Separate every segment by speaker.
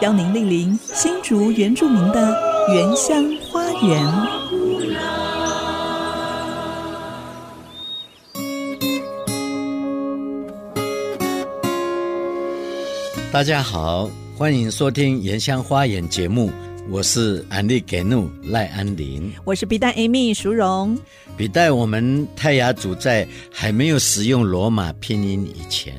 Speaker 1: 邀您莅临新竹原住民的原乡花园。
Speaker 2: 大家好，欢迎收听《原乡花园》节目，我是安利给怒赖安林。
Speaker 1: 我是 B 站 Amy 淑荣，
Speaker 2: 笔代我们泰雅族在还没有使用罗马拼音以前，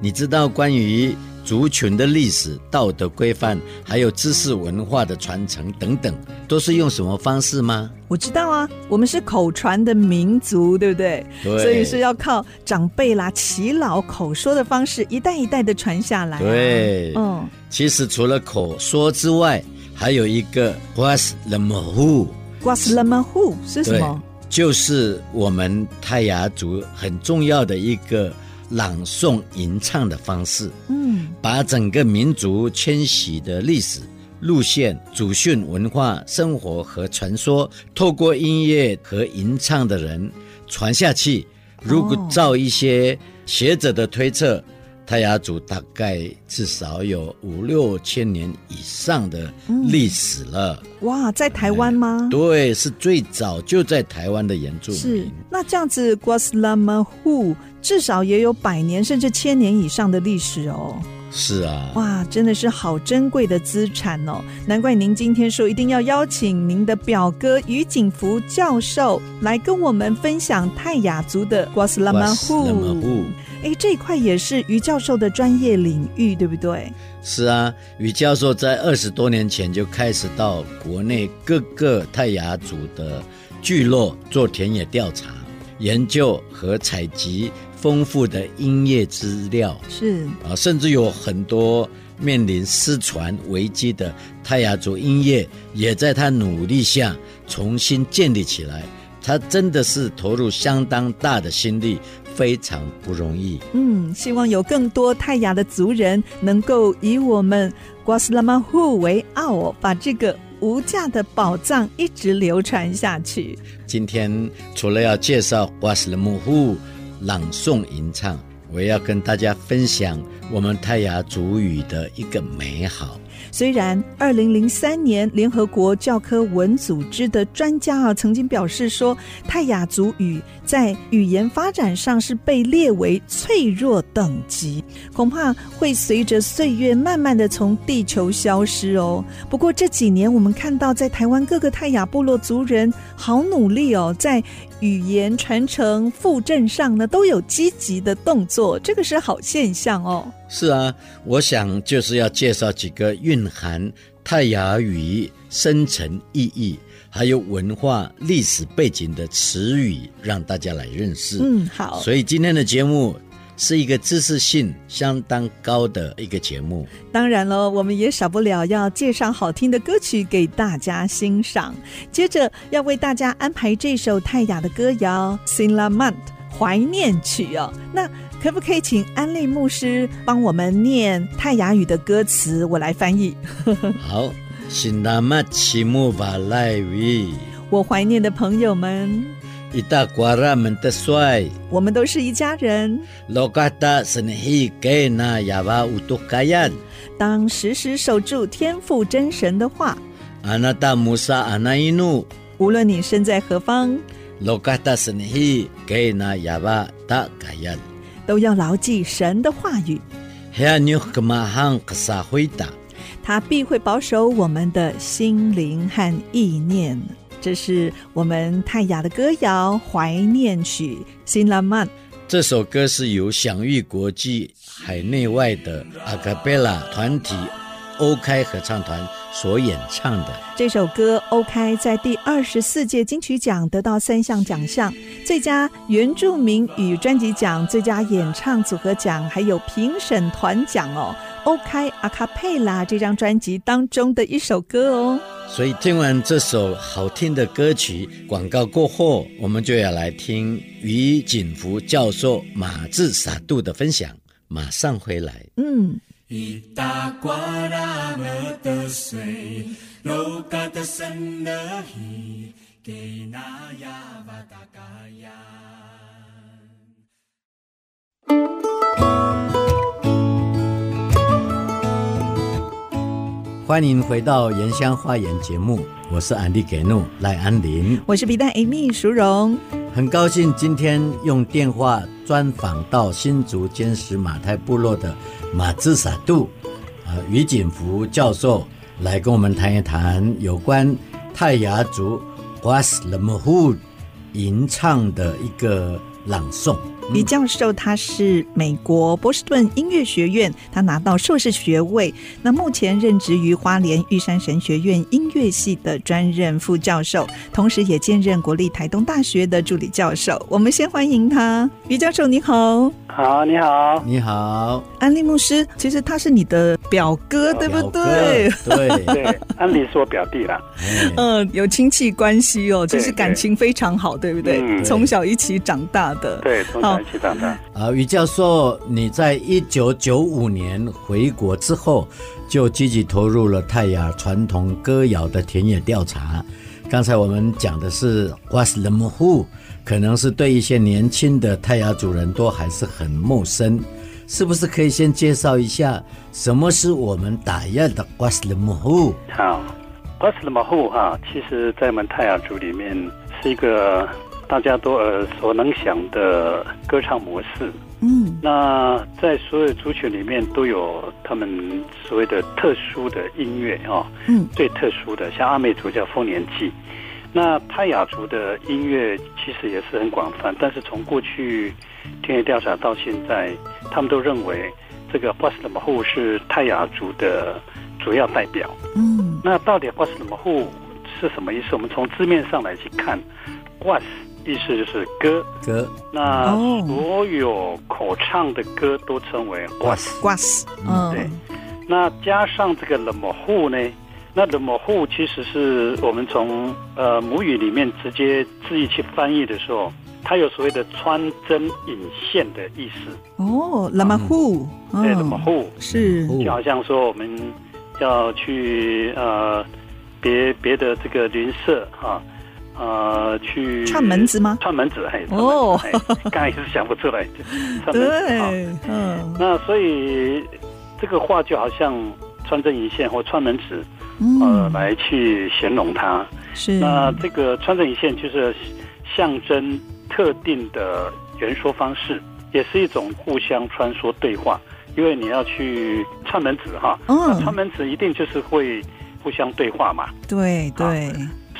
Speaker 2: 你知道关于族群的历史、道德规范，还有知识文化的传承等等，都是用什么方式吗？
Speaker 1: 我知道啊，我们是口传的民族，对不对？
Speaker 2: 对
Speaker 1: 所以是要靠长辈啦、耆老口说的方式，一代一代的传下来、啊。
Speaker 2: 对
Speaker 1: 嗯，
Speaker 2: 其实除了口说之外，还有一个 was the m o
Speaker 1: 瓜斯拉曼户是什
Speaker 2: 对
Speaker 1: 么？，
Speaker 2: 就是我们泰雅族很重要的一个朗诵吟唱的方式。
Speaker 1: 嗯，
Speaker 2: 把整个民族迁徙的历史路线、祖训、文化、生活和传说，透过音乐和吟唱的人传下去。如果照一些学者的推测，泰雅族大概至少有五六千年以上的历史了。
Speaker 1: 哇，在台湾吗？
Speaker 2: 对，是最早就在台湾的原住
Speaker 1: 是
Speaker 2: 民。，
Speaker 1: 那这样子瓜斯拉曼户至少也有百年甚至千年以上的历史哦。
Speaker 2: 是啊，
Speaker 1: 哇，真的是好珍贵的资产哦！难怪您今天说一定要邀请您的表哥于景福教授来跟我们分享泰雅族的瓜斯拉曼
Speaker 2: 哇那么
Speaker 1: 户
Speaker 2: 不。
Speaker 1: 哎，这一块也是于教授的专业领域，对不对？
Speaker 2: 是啊，于教授在二十多年前就开始到国内各个泰雅族的聚落做田野调查，研究和采集丰富的音乐资料
Speaker 1: 是，
Speaker 2: 啊，甚至有很多面临失传危机的泰雅族音乐，也在他努力下重新建立起来。他真的是投入相当大的心力，非常不容易。
Speaker 1: 嗯，希望有更多泰雅的族人能够以我们瓜斯拉曼户为傲哦，把这个无价的宝藏一直流传下去。
Speaker 2: 今天除了要介绍瓦斯勒姆户朗诵吟唱，我也要跟大家分享我们泰雅族语的一个美好。
Speaker 1: 虽然二零零三年联合国教科文组织的专家啊曾经表示说，泰雅族语在语言发展上是被列为脆弱等级，恐怕会随着岁月慢慢的从地球消失哦。不过这几年我们看到，在台湾各个泰雅部落族人好努力哦，在语言传承复振上呢都有积极的动作，这个是好现象哦。
Speaker 2: 是啊，我想就是要介绍几个蕴含泰雅语深层意义，还有文化历史背景的词语，让大家来认识。
Speaker 1: 嗯，好。
Speaker 2: 所以今天的节目是一个知识性相当高的一个节目。
Speaker 1: 当然了，我们也少不了要介绍好听的歌曲给大家欣赏。接着要为大家安排这首泰雅的歌谣《s i n l a m a n t 怀念曲哦。那可不可以请安利牧师帮我们念泰雅语的歌词？我来翻译。
Speaker 2: 好， 新达玛奇木瓦赖维。
Speaker 1: 我怀念的朋友们，
Speaker 2: 伊达瓜拉们的帅，
Speaker 1: 我们都是一家人。
Speaker 2: 老嘎达神希给那亚巴乌多卡亚，
Speaker 1: 当时时守住天赋真神的话，
Speaker 2: 阿那达穆萨阿那伊努，
Speaker 1: 无论你身在何方，
Speaker 2: 老嘎达神希给那亚巴达卡亚，
Speaker 1: 都要牢记神的话语，
Speaker 2: 黑纽克马汉克萨惠达，
Speaker 1: 他必会保守我们的心灵和意念。这是我们泰雅的歌谣《怀念曲》新浪漫。
Speaker 2: 这首歌是由享誉国际海内外的阿卡贝拉团体欧开合唱团所演唱的。
Speaker 1: 这首歌 OK 在第二十四届金曲奖得到三项奖项：最佳原住民语专辑奖、最佳演唱组合奖，还有评审团奖哦。 OK a c a p e l a 这张专辑当中的一首歌哦。
Speaker 2: 所以听完这首好听的歌曲广告过后，我们就要来听于锦福教授马志傻度的分享，马上回来。
Speaker 1: 嗯，
Speaker 3: Itaquara me te sei, loka te senahi, ke naya vatakaya.
Speaker 2: 欢迎回到《原乡花园》节目，我是安迪给诺赖安林，
Speaker 1: 我是皮蛋 Amy 淑荣。
Speaker 2: 很高兴今天用电话专访到新竹坚实马太部落的马志傻度，啊、于锦福教授来跟我们谈一谈有关泰雅族 w a s l e m h u 吟唱的一个朗诵。
Speaker 1: 李教授他是美国波士顿音乐学院，他拿到硕士学位。那目前任职于花莲玉山神学院音乐系的专任副教授，同时也兼任国立台东大学的助理教授。我们先欢迎他，于教授你好，
Speaker 4: 好，你好，
Speaker 2: 你好，
Speaker 1: 安利牧师，其实他是你的表哥，对不
Speaker 2: 表哥
Speaker 1: 对？？
Speaker 2: 对，
Speaker 4: 对，安迪是我表弟啦，
Speaker 2: 哎
Speaker 1: 嗯，有亲戚关系哦，其
Speaker 4: 对
Speaker 1: 实感
Speaker 4: 对
Speaker 1: 情非常好，对不对？
Speaker 4: 嗯
Speaker 1: 从小一起长大的。
Speaker 4: 对，从
Speaker 1: 好
Speaker 4: 小一起长大，
Speaker 2: 啊，于教授，你在一九九五年回国之后，就积极投入了泰雅传统歌谣的田野调查。刚才我们讲的是 What's the m h o 可能是对一些年轻的泰雅族人都还是很陌生，是不是可以先介绍一下什么是我们打压的 What's the m h o
Speaker 4: 好，瓜斯的马户哈，其实在我们泰雅族里面是一个大家都耳熟能详的歌唱模式。
Speaker 1: 嗯
Speaker 4: 那在所有族群里面都有他们所谓的特殊的音乐哦，
Speaker 1: 嗯，
Speaker 4: 最特殊的，像阿美族叫丰年祭，那泰雅族的音乐其实也是很广泛，但是从过去田野调查到现在，他们都认为这个巴斯勒马户是泰雅族的主要代表。
Speaker 1: 嗯
Speaker 4: 那到底 what's the who 是什么意思？我们从字面上来去看，what 意思就是歌，
Speaker 2: 歌
Speaker 4: 那
Speaker 1: 哦
Speaker 4: 所有口唱的歌都称为 what。
Speaker 1: 瓜斯，
Speaker 2: 嗯
Speaker 4: 对那加上这个 the who 呢？那 the who 其实是我们从呃母语里面直接字义去翻译的时候，它有所谓的穿针引线的意思。
Speaker 1: 哦，拉马户，
Speaker 4: 啊对
Speaker 1: 嗯，
Speaker 4: the who
Speaker 1: 是，
Speaker 2: 哦
Speaker 4: 就好像说我们要去呃别别的这个邻舍哈、呃去
Speaker 1: 串门子吗
Speaker 4: 串门子，哎，串门子
Speaker 1: 哦
Speaker 4: 哎刚才也是想不出 来，就串门子哈。
Speaker 1: 对，嗯
Speaker 4: 那所以这个话就好像穿针引线或串门子，呃，
Speaker 1: 嗯，
Speaker 4: 来去形容它。
Speaker 1: 是，
Speaker 4: 那这个穿针引线就是象征特定的言说方式，也是一种互相穿梭对话。因为你要去串门子哈，那串
Speaker 1: 嗯，
Speaker 4: 门子一定就是会互相对话嘛，
Speaker 1: 对
Speaker 4: 啊
Speaker 1: 对，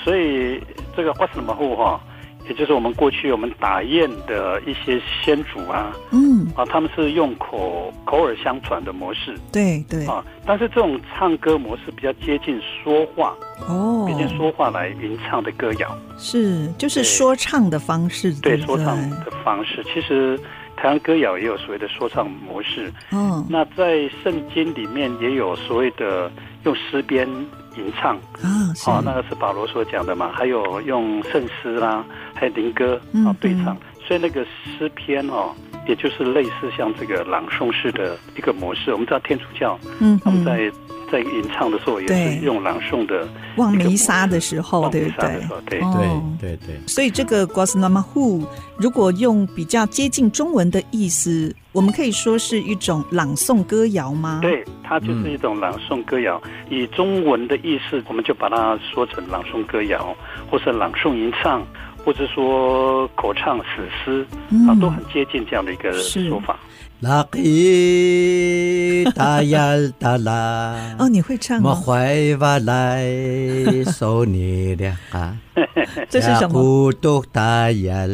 Speaker 4: 所以这个 what's the m 哈，也就是我们过去我们打雁的一些先祖啊
Speaker 1: 嗯，
Speaker 4: 啊，他们是用口口耳相传的模式
Speaker 1: 对对，
Speaker 4: 啊，但是这种唱歌模式比较接近说话，
Speaker 1: 哦
Speaker 4: 接，近说话来吟唱的歌谣，
Speaker 1: 是，就是
Speaker 4: 对
Speaker 1: 说唱的方式，
Speaker 4: 对
Speaker 1: 不
Speaker 4: 说唱的方式，其实台湾歌谣也有所谓的说唱模式，
Speaker 1: 嗯
Speaker 4: 那在圣经里面也有所谓的用诗篇吟唱。
Speaker 1: 啊，是
Speaker 4: 哦，那个是保罗所讲的嘛，还有用圣诗啦，还有灵歌
Speaker 1: 嗯
Speaker 4: 啊对唱
Speaker 1: 嗯，
Speaker 4: 所以那个诗篇哦，也就是类似像这个朗诵式的一个模式。我们知道天主教
Speaker 1: 嗯
Speaker 4: 他们
Speaker 1: 嗯，
Speaker 4: 在在吟唱的时候也
Speaker 1: 对
Speaker 4: 是用朗诵的
Speaker 1: 望
Speaker 4: 一个
Speaker 1: 弥
Speaker 4: 模
Speaker 1: 撒的
Speaker 4: 式
Speaker 1: 时候，
Speaker 4: 望
Speaker 1: 对
Speaker 4: 弥
Speaker 1: 不
Speaker 4: 撒的
Speaker 1: 对
Speaker 4: 时？候，对
Speaker 1: 哦
Speaker 2: 对对对，
Speaker 1: 所以这个 g o s l a m a h u 如果用比较接近中文的意思，我们可以说是一种朗诵歌谣吗？，
Speaker 4: 对，它就是一种朗诵歌谣。以中文的意思，我们就把它说成朗诵歌谣，或是朗诵吟唱，或者说口唱史诗啊，都很接近这样的一个
Speaker 1: 嗯是
Speaker 4: 说 法。
Speaker 2: Laki tayal tala
Speaker 1: 哦，你会唱、
Speaker 2: 莫
Speaker 1: 哦，
Speaker 2: 怀瓦来手你俩啊，
Speaker 1: 这是什么？
Speaker 2: 孤独大雁，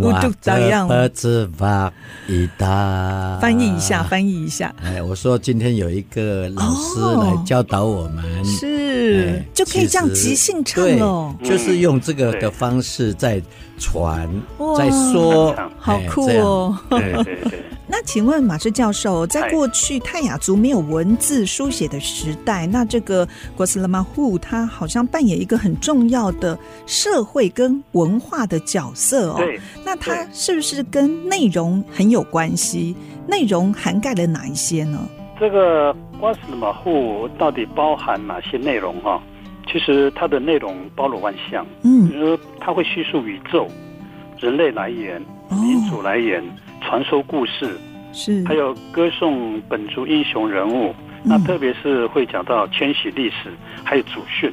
Speaker 1: 孤独大雁
Speaker 2: 不知瓦一大。
Speaker 1: 翻译一下，翻译一下，
Speaker 2: 哎，我说今天有一个老师
Speaker 1: 哦
Speaker 2: 来教导我们，
Speaker 1: 是、
Speaker 2: 嗯哎
Speaker 1: 就可以这样
Speaker 2: 其实
Speaker 1: 即兴唱
Speaker 2: 对
Speaker 1: 哦，
Speaker 2: 就是用这个的
Speaker 4: 对
Speaker 2: 方式在传
Speaker 1: 嗯哇，
Speaker 2: 在说
Speaker 4: 哇，
Speaker 1: 好
Speaker 2: 哎
Speaker 1: 酷！
Speaker 2: 这样
Speaker 1: 哦！
Speaker 4: 对对对。
Speaker 1: 那请问马志教授，在
Speaker 4: 哎
Speaker 1: 过去泰雅族没有文字书写的时代，那这个国斯拉马户他好像扮演一个很重要的社会跟文化的角色哦。
Speaker 4: 对，
Speaker 1: 那它是不是跟内容很有关系？内容涵盖了哪一些呢？
Speaker 4: 这个瓜斯马户到底包含哪些内容哈、其实它的内容包罗万象，比
Speaker 1: 嗯，
Speaker 4: 如说它会叙述宇宙、人类来源、民
Speaker 1: 哦，
Speaker 4: 族来源、传说故事，
Speaker 1: 是，
Speaker 4: 还有歌颂本族英雄人物。那
Speaker 1: 嗯
Speaker 4: 特别是会讲到迁徙历史，还有祖训。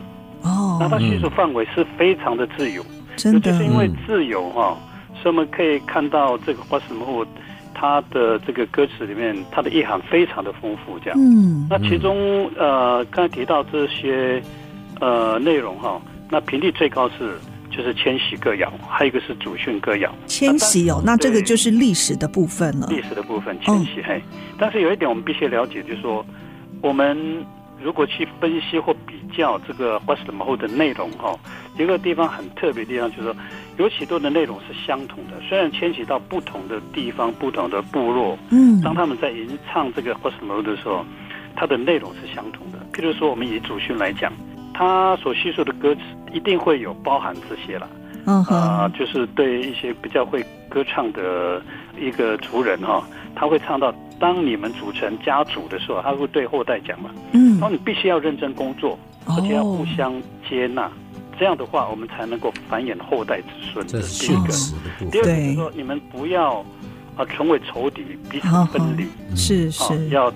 Speaker 4: 那它
Speaker 1: 哦，
Speaker 4: 叙述范围是非常的自由，
Speaker 1: 真
Speaker 4: 就是
Speaker 1: 的
Speaker 4: 因为自由哈、所以我们可以看到这个花什么，它的这个歌词里面，它的意涵非常的丰富，这样。
Speaker 1: 嗯，
Speaker 4: 那其中呃，刚才提到这些呃内容哈、那频率最高是就是千禧歌谣，还有一个是祖训歌谣，
Speaker 1: 迁徙哦，那这个
Speaker 4: 对
Speaker 1: 就是历史的部分了。
Speaker 4: 历史的部分千禧嘿。但是有一点我们必须了解，就是说我们。如果去分析或比较这个 w e s t m o 的内容哈、有一个地方很特别的地方就是说，有许多的内容是相同的，虽然迁徙到不同的地方、不同的部落，
Speaker 1: 嗯，
Speaker 4: 当他们在吟唱这个 h o s m o 的时候，它的内容是相同的。譬如说，我们以祖训来讲，它所叙述的歌词一定会有包含这些啦。
Speaker 1: 嗯
Speaker 4: 啊、
Speaker 1: 哼，
Speaker 4: 就是对一些比较会歌唱的一个族人哈、他会唱到当你们组成家族的时候，他会对后代讲嘛，
Speaker 1: 嗯哦
Speaker 4: 然，后你必须要认真工作，而且要互相接纳，这样的话我们才能够繁衍后代子孙。
Speaker 2: 这
Speaker 4: 是
Speaker 2: 是
Speaker 4: 第一
Speaker 2: 训
Speaker 4: 个。
Speaker 2: 词的部
Speaker 4: 第
Speaker 2: 分
Speaker 4: 二。个就
Speaker 1: 哦对
Speaker 4: 是说，你们不要啊、成为仇敌，彼此分离。
Speaker 1: 哦是
Speaker 4: 啊，
Speaker 1: 是，
Speaker 4: 要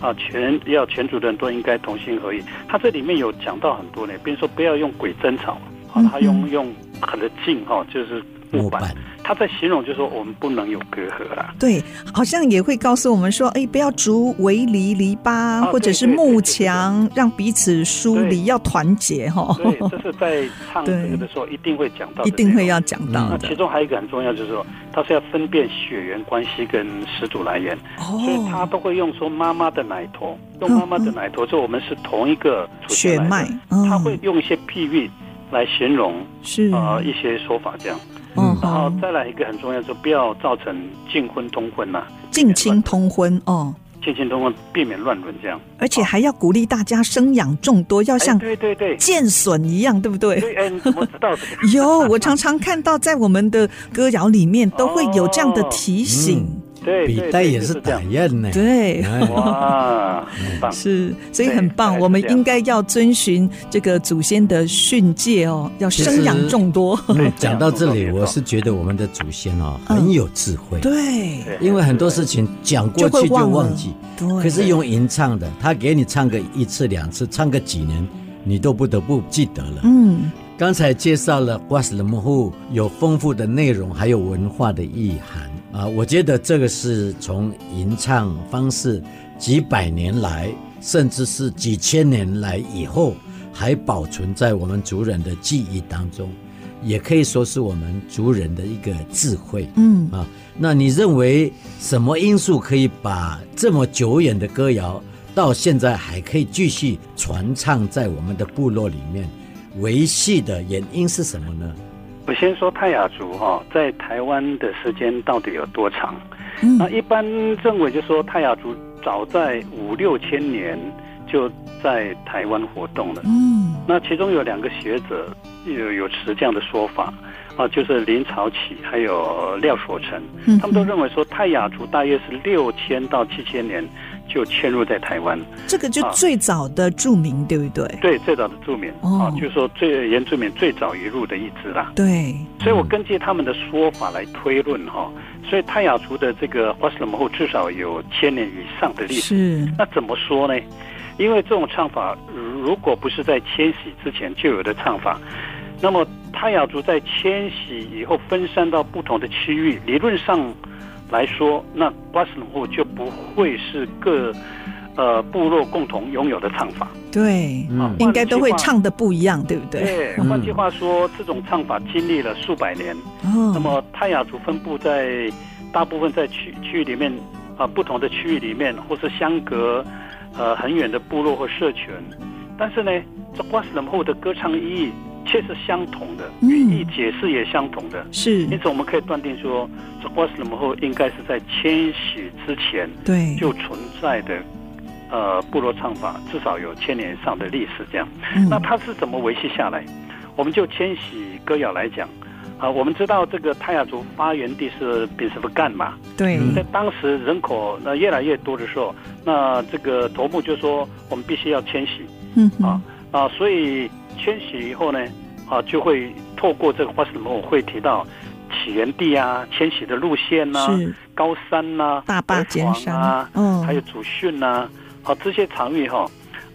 Speaker 4: 啊全要全族的人都应该同心合意。他这里面有讲到很多呢，比如说不要用鬼争吵，啊
Speaker 1: 嗯，
Speaker 4: 他用用很的劲哈、就是木
Speaker 2: 木
Speaker 4: 板
Speaker 2: 板，，
Speaker 4: 他在形容就是说我们不能有隔阂啊啦。
Speaker 1: 对，好像也会告诉我们说，哎，不要筑围篱、篱笆
Speaker 4: 啊
Speaker 1: 或者
Speaker 4: 对
Speaker 1: 是
Speaker 4: 对对
Speaker 1: 幕
Speaker 4: 对对
Speaker 1: 墙，让彼此疏
Speaker 4: 对
Speaker 1: 离，要团结哈，
Speaker 4: 所以这是在唱
Speaker 1: 哦对
Speaker 4: 这个的时候一定会讲到，
Speaker 1: 一定会要。讲到
Speaker 4: 那
Speaker 1: 的
Speaker 4: 其。中还有一个很重要，就是说，他是要分辨血缘关系跟始祖来源，所以他
Speaker 1: 哦，嗯
Speaker 4: 都会用说妈妈的奶头，用妈妈的奶头，说我们是同一个祖先
Speaker 1: 血
Speaker 4: 来的
Speaker 1: 脉，，嗯，
Speaker 4: 他会用一些譬喻来形容
Speaker 1: 是
Speaker 4: 啊、一些说法这样。
Speaker 1: 嗯
Speaker 4: 然后
Speaker 1: 哼，
Speaker 4: 再来一个很重要，就不要造成近婚通婚呐、
Speaker 1: 近亲通婚哦，
Speaker 4: 近亲通婚避免乱伦这样。
Speaker 1: 而且还要鼓励大家生养众多，要
Speaker 4: 哦哎，
Speaker 1: 像
Speaker 4: 对对 对，
Speaker 1: 剑笋一样，对不对？
Speaker 4: 对，哎，你怎么知道这个？
Speaker 1: 有，我常常看到在我们的歌谣里面都会有这样的
Speaker 4: 哦
Speaker 1: 提醒。
Speaker 2: 嗯
Speaker 4: 对，
Speaker 2: 笔
Speaker 4: 对
Speaker 2: 袋
Speaker 4: 对
Speaker 2: 也
Speaker 4: 就是这
Speaker 2: 打
Speaker 4: 样。
Speaker 2: 印呢。
Speaker 1: 对，
Speaker 2: 哎
Speaker 4: 哇，很棒。
Speaker 1: 是，所以
Speaker 4: 对
Speaker 1: 很棒，
Speaker 4: 大概
Speaker 1: 我们
Speaker 4: 是这样
Speaker 1: 应该要遵循这个祖先的训诫哦，要
Speaker 2: 其实
Speaker 1: 生养众 多。
Speaker 4: 对
Speaker 2: 嗯，讲到这
Speaker 4: 这
Speaker 2: 里，
Speaker 4: 样
Speaker 2: 我是觉得我们的祖先哦
Speaker 1: 嗯
Speaker 2: 很有智慧，
Speaker 1: 对
Speaker 4: 对
Speaker 2: 因为很多事情讲
Speaker 1: 就
Speaker 2: 过
Speaker 1: 会
Speaker 2: 去就
Speaker 1: 忘了
Speaker 2: 忘记，
Speaker 1: 对，
Speaker 2: 可是用吟唱的，他给你唱个一次两次，唱个几年，你都不得不记得了。
Speaker 1: 嗯，
Speaker 2: 刚才介绍了瓜斯勒姆户有丰富的内容，还有文化的意涵啊、我觉得这个是从吟唱方式几百年来，甚至是几千年来以后，还保存在我们族人的记忆当中，也可以说是我们族人的一个智慧。
Speaker 1: 嗯
Speaker 2: 啊，那你认为什么因素可以把这么久远的歌谣到现在还可以继续传唱在我们的部落里面？维系的原因是什么呢？
Speaker 4: 我先说泰雅族哈、在台湾的时间到底有多长？
Speaker 1: 嗯
Speaker 4: 那一般认为就说泰雅族早在五六千年就在台湾活动了。
Speaker 1: 嗯
Speaker 4: 那其中有两个学者有有持这样的说法啊，就是林朝启还有廖所成，
Speaker 1: 嗯，
Speaker 4: 啊他们都认为说泰雅族大约是六千到七千年就迁入在台湾，
Speaker 1: 嗯这个就
Speaker 4: 啊
Speaker 1: 最早的著名，对不对？
Speaker 4: 对最早的住民
Speaker 1: 哦
Speaker 4: 啊，就是说最原住民最早移入的一支啦。
Speaker 1: 对，
Speaker 4: 所以我根据他们的说法来推论哈、所以泰雅族的这个花斯姆后至少有千年以上的历史。
Speaker 1: 是，
Speaker 4: 那怎么说呢？因为这种唱法，如果不是在迁徙之前就有的唱法，那么泰雅族在迁徙以后分散到不同的区域，理论上来说，那瓜斯姆户就不会是各呃部落共同拥有的唱法。
Speaker 1: 对，
Speaker 4: 啊
Speaker 2: 嗯
Speaker 4: 哇
Speaker 1: 应该都会
Speaker 4: 你计划
Speaker 1: 唱的不一样，对不对？
Speaker 4: 对，
Speaker 2: 嗯
Speaker 4: 换句话说，这种唱法经历了数百年，那
Speaker 1: 哦，
Speaker 4: 么泰雅族分布在大部分在区区域里面啊、不同的区域里面，或是相隔呃很远的部落或社群。但是呢，这瓜斯人后的歌唱意义却是相同的，
Speaker 1: 嗯
Speaker 4: 语义解释也相同的。
Speaker 1: 是
Speaker 4: 因此，我们可以断定说，这瓜斯姆后应该是在迁徙之前
Speaker 1: 对，
Speaker 4: 就存在的，呃，部落唱法至少有千年以上的历史这样。
Speaker 1: 嗯
Speaker 4: 那它是怎么维系下来？我们就迁徙歌谣来讲，啊、我们知道这个泰雅族发源地是宾斯夫干嘛，
Speaker 1: 对，
Speaker 2: 嗯
Speaker 4: 在当时人口那越来越多的时候，那这个头目就说我们必须要迁徙
Speaker 1: 嗯哼
Speaker 4: 啊啊，所以迁徙以后呢，啊就会透过这个花什么我会提到起源地啊、迁徙的路线啊呐、
Speaker 1: 是
Speaker 4: 高山呐、
Speaker 1: 大坝
Speaker 4: 河
Speaker 1: 尖
Speaker 4: 床啊
Speaker 1: 山，，嗯，
Speaker 4: 还有祖训呐、啊，这些场域哈、